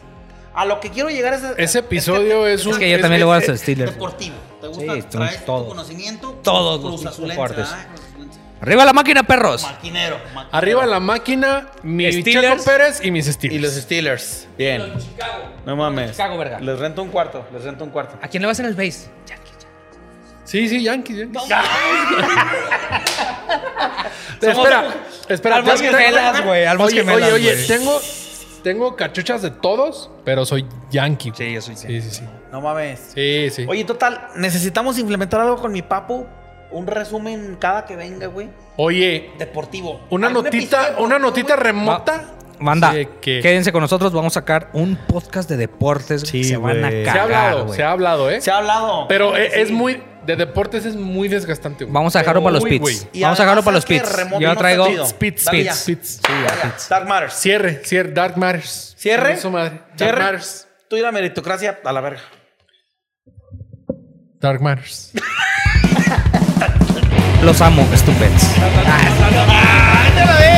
A lo que quiero llegar es. a-
Ese episodio es un...
Es que yo también le voy a hacer Steelers.
Deportivo. ¿Te
Sí,
gusta?
son
traes
todos.
tu conocimiento.
Todos los
Cruz azulense,
deportes.
¿verdad? Cruz azulense.
Arriba la máquina, perros.
Maquinero, maquinero.
Arriba la máquina, mi
Steelers.
Checo Pérez y mis
Y
Steelers.
los Steelers. Bien. No mames.
Chicago, verga.
Les rento un cuarto, les rento un cuarto.
¿A quién le vas en el base? Yankee,
Sí, sí, Yankees. Yankees.
(laughs)
Somos-
espera, espera.
Al más
ya
que
tengo-
melas, güey, al más
oye,
que melas,
Oye, oye,
güey.
tengo, tengo cachuchas de todos, pero soy Yankee. güey.
yo soy
Sí, sí, sí.
No mames.
Sí, sí.
Oye, total, necesitamos implementar algo con mi papu. Un resumen cada que venga, güey.
Oye,
Deportivo.
una
Algún
notita,
episodio
una notita
deportivo,
remota.
Manda,
Sí, que-
quédense con nosotros. Vamos a sacar un podcast de deportes.
Sí,
Sí, se van a
güey.
cagar,
Se
Se ha hablado,
güey.
se ha hablado, ¿eh?
güey. Se ha hablado.
Pero e-
Sí.
es muy. De deportes es muy desgastante. güey.
Vamos a dejarlo
Pero,
para los
uy,
pits.
güey.
Y
Vamos a dejarlo
además
para los
es que
pits.
remoto
Yo
no
traigo
perdido.
Pits,
Dale
pits,
ya.
pits.
Dale ya. Dark Matters.
Cierre, cierre. Dark Matters.
Cierre.
Con Su madre. Dark
Cierre.
Matters.
Tú y la meritocracia a la verga.
Dark Matters.
Los amo, estupendos.
¡Ay, te la ve!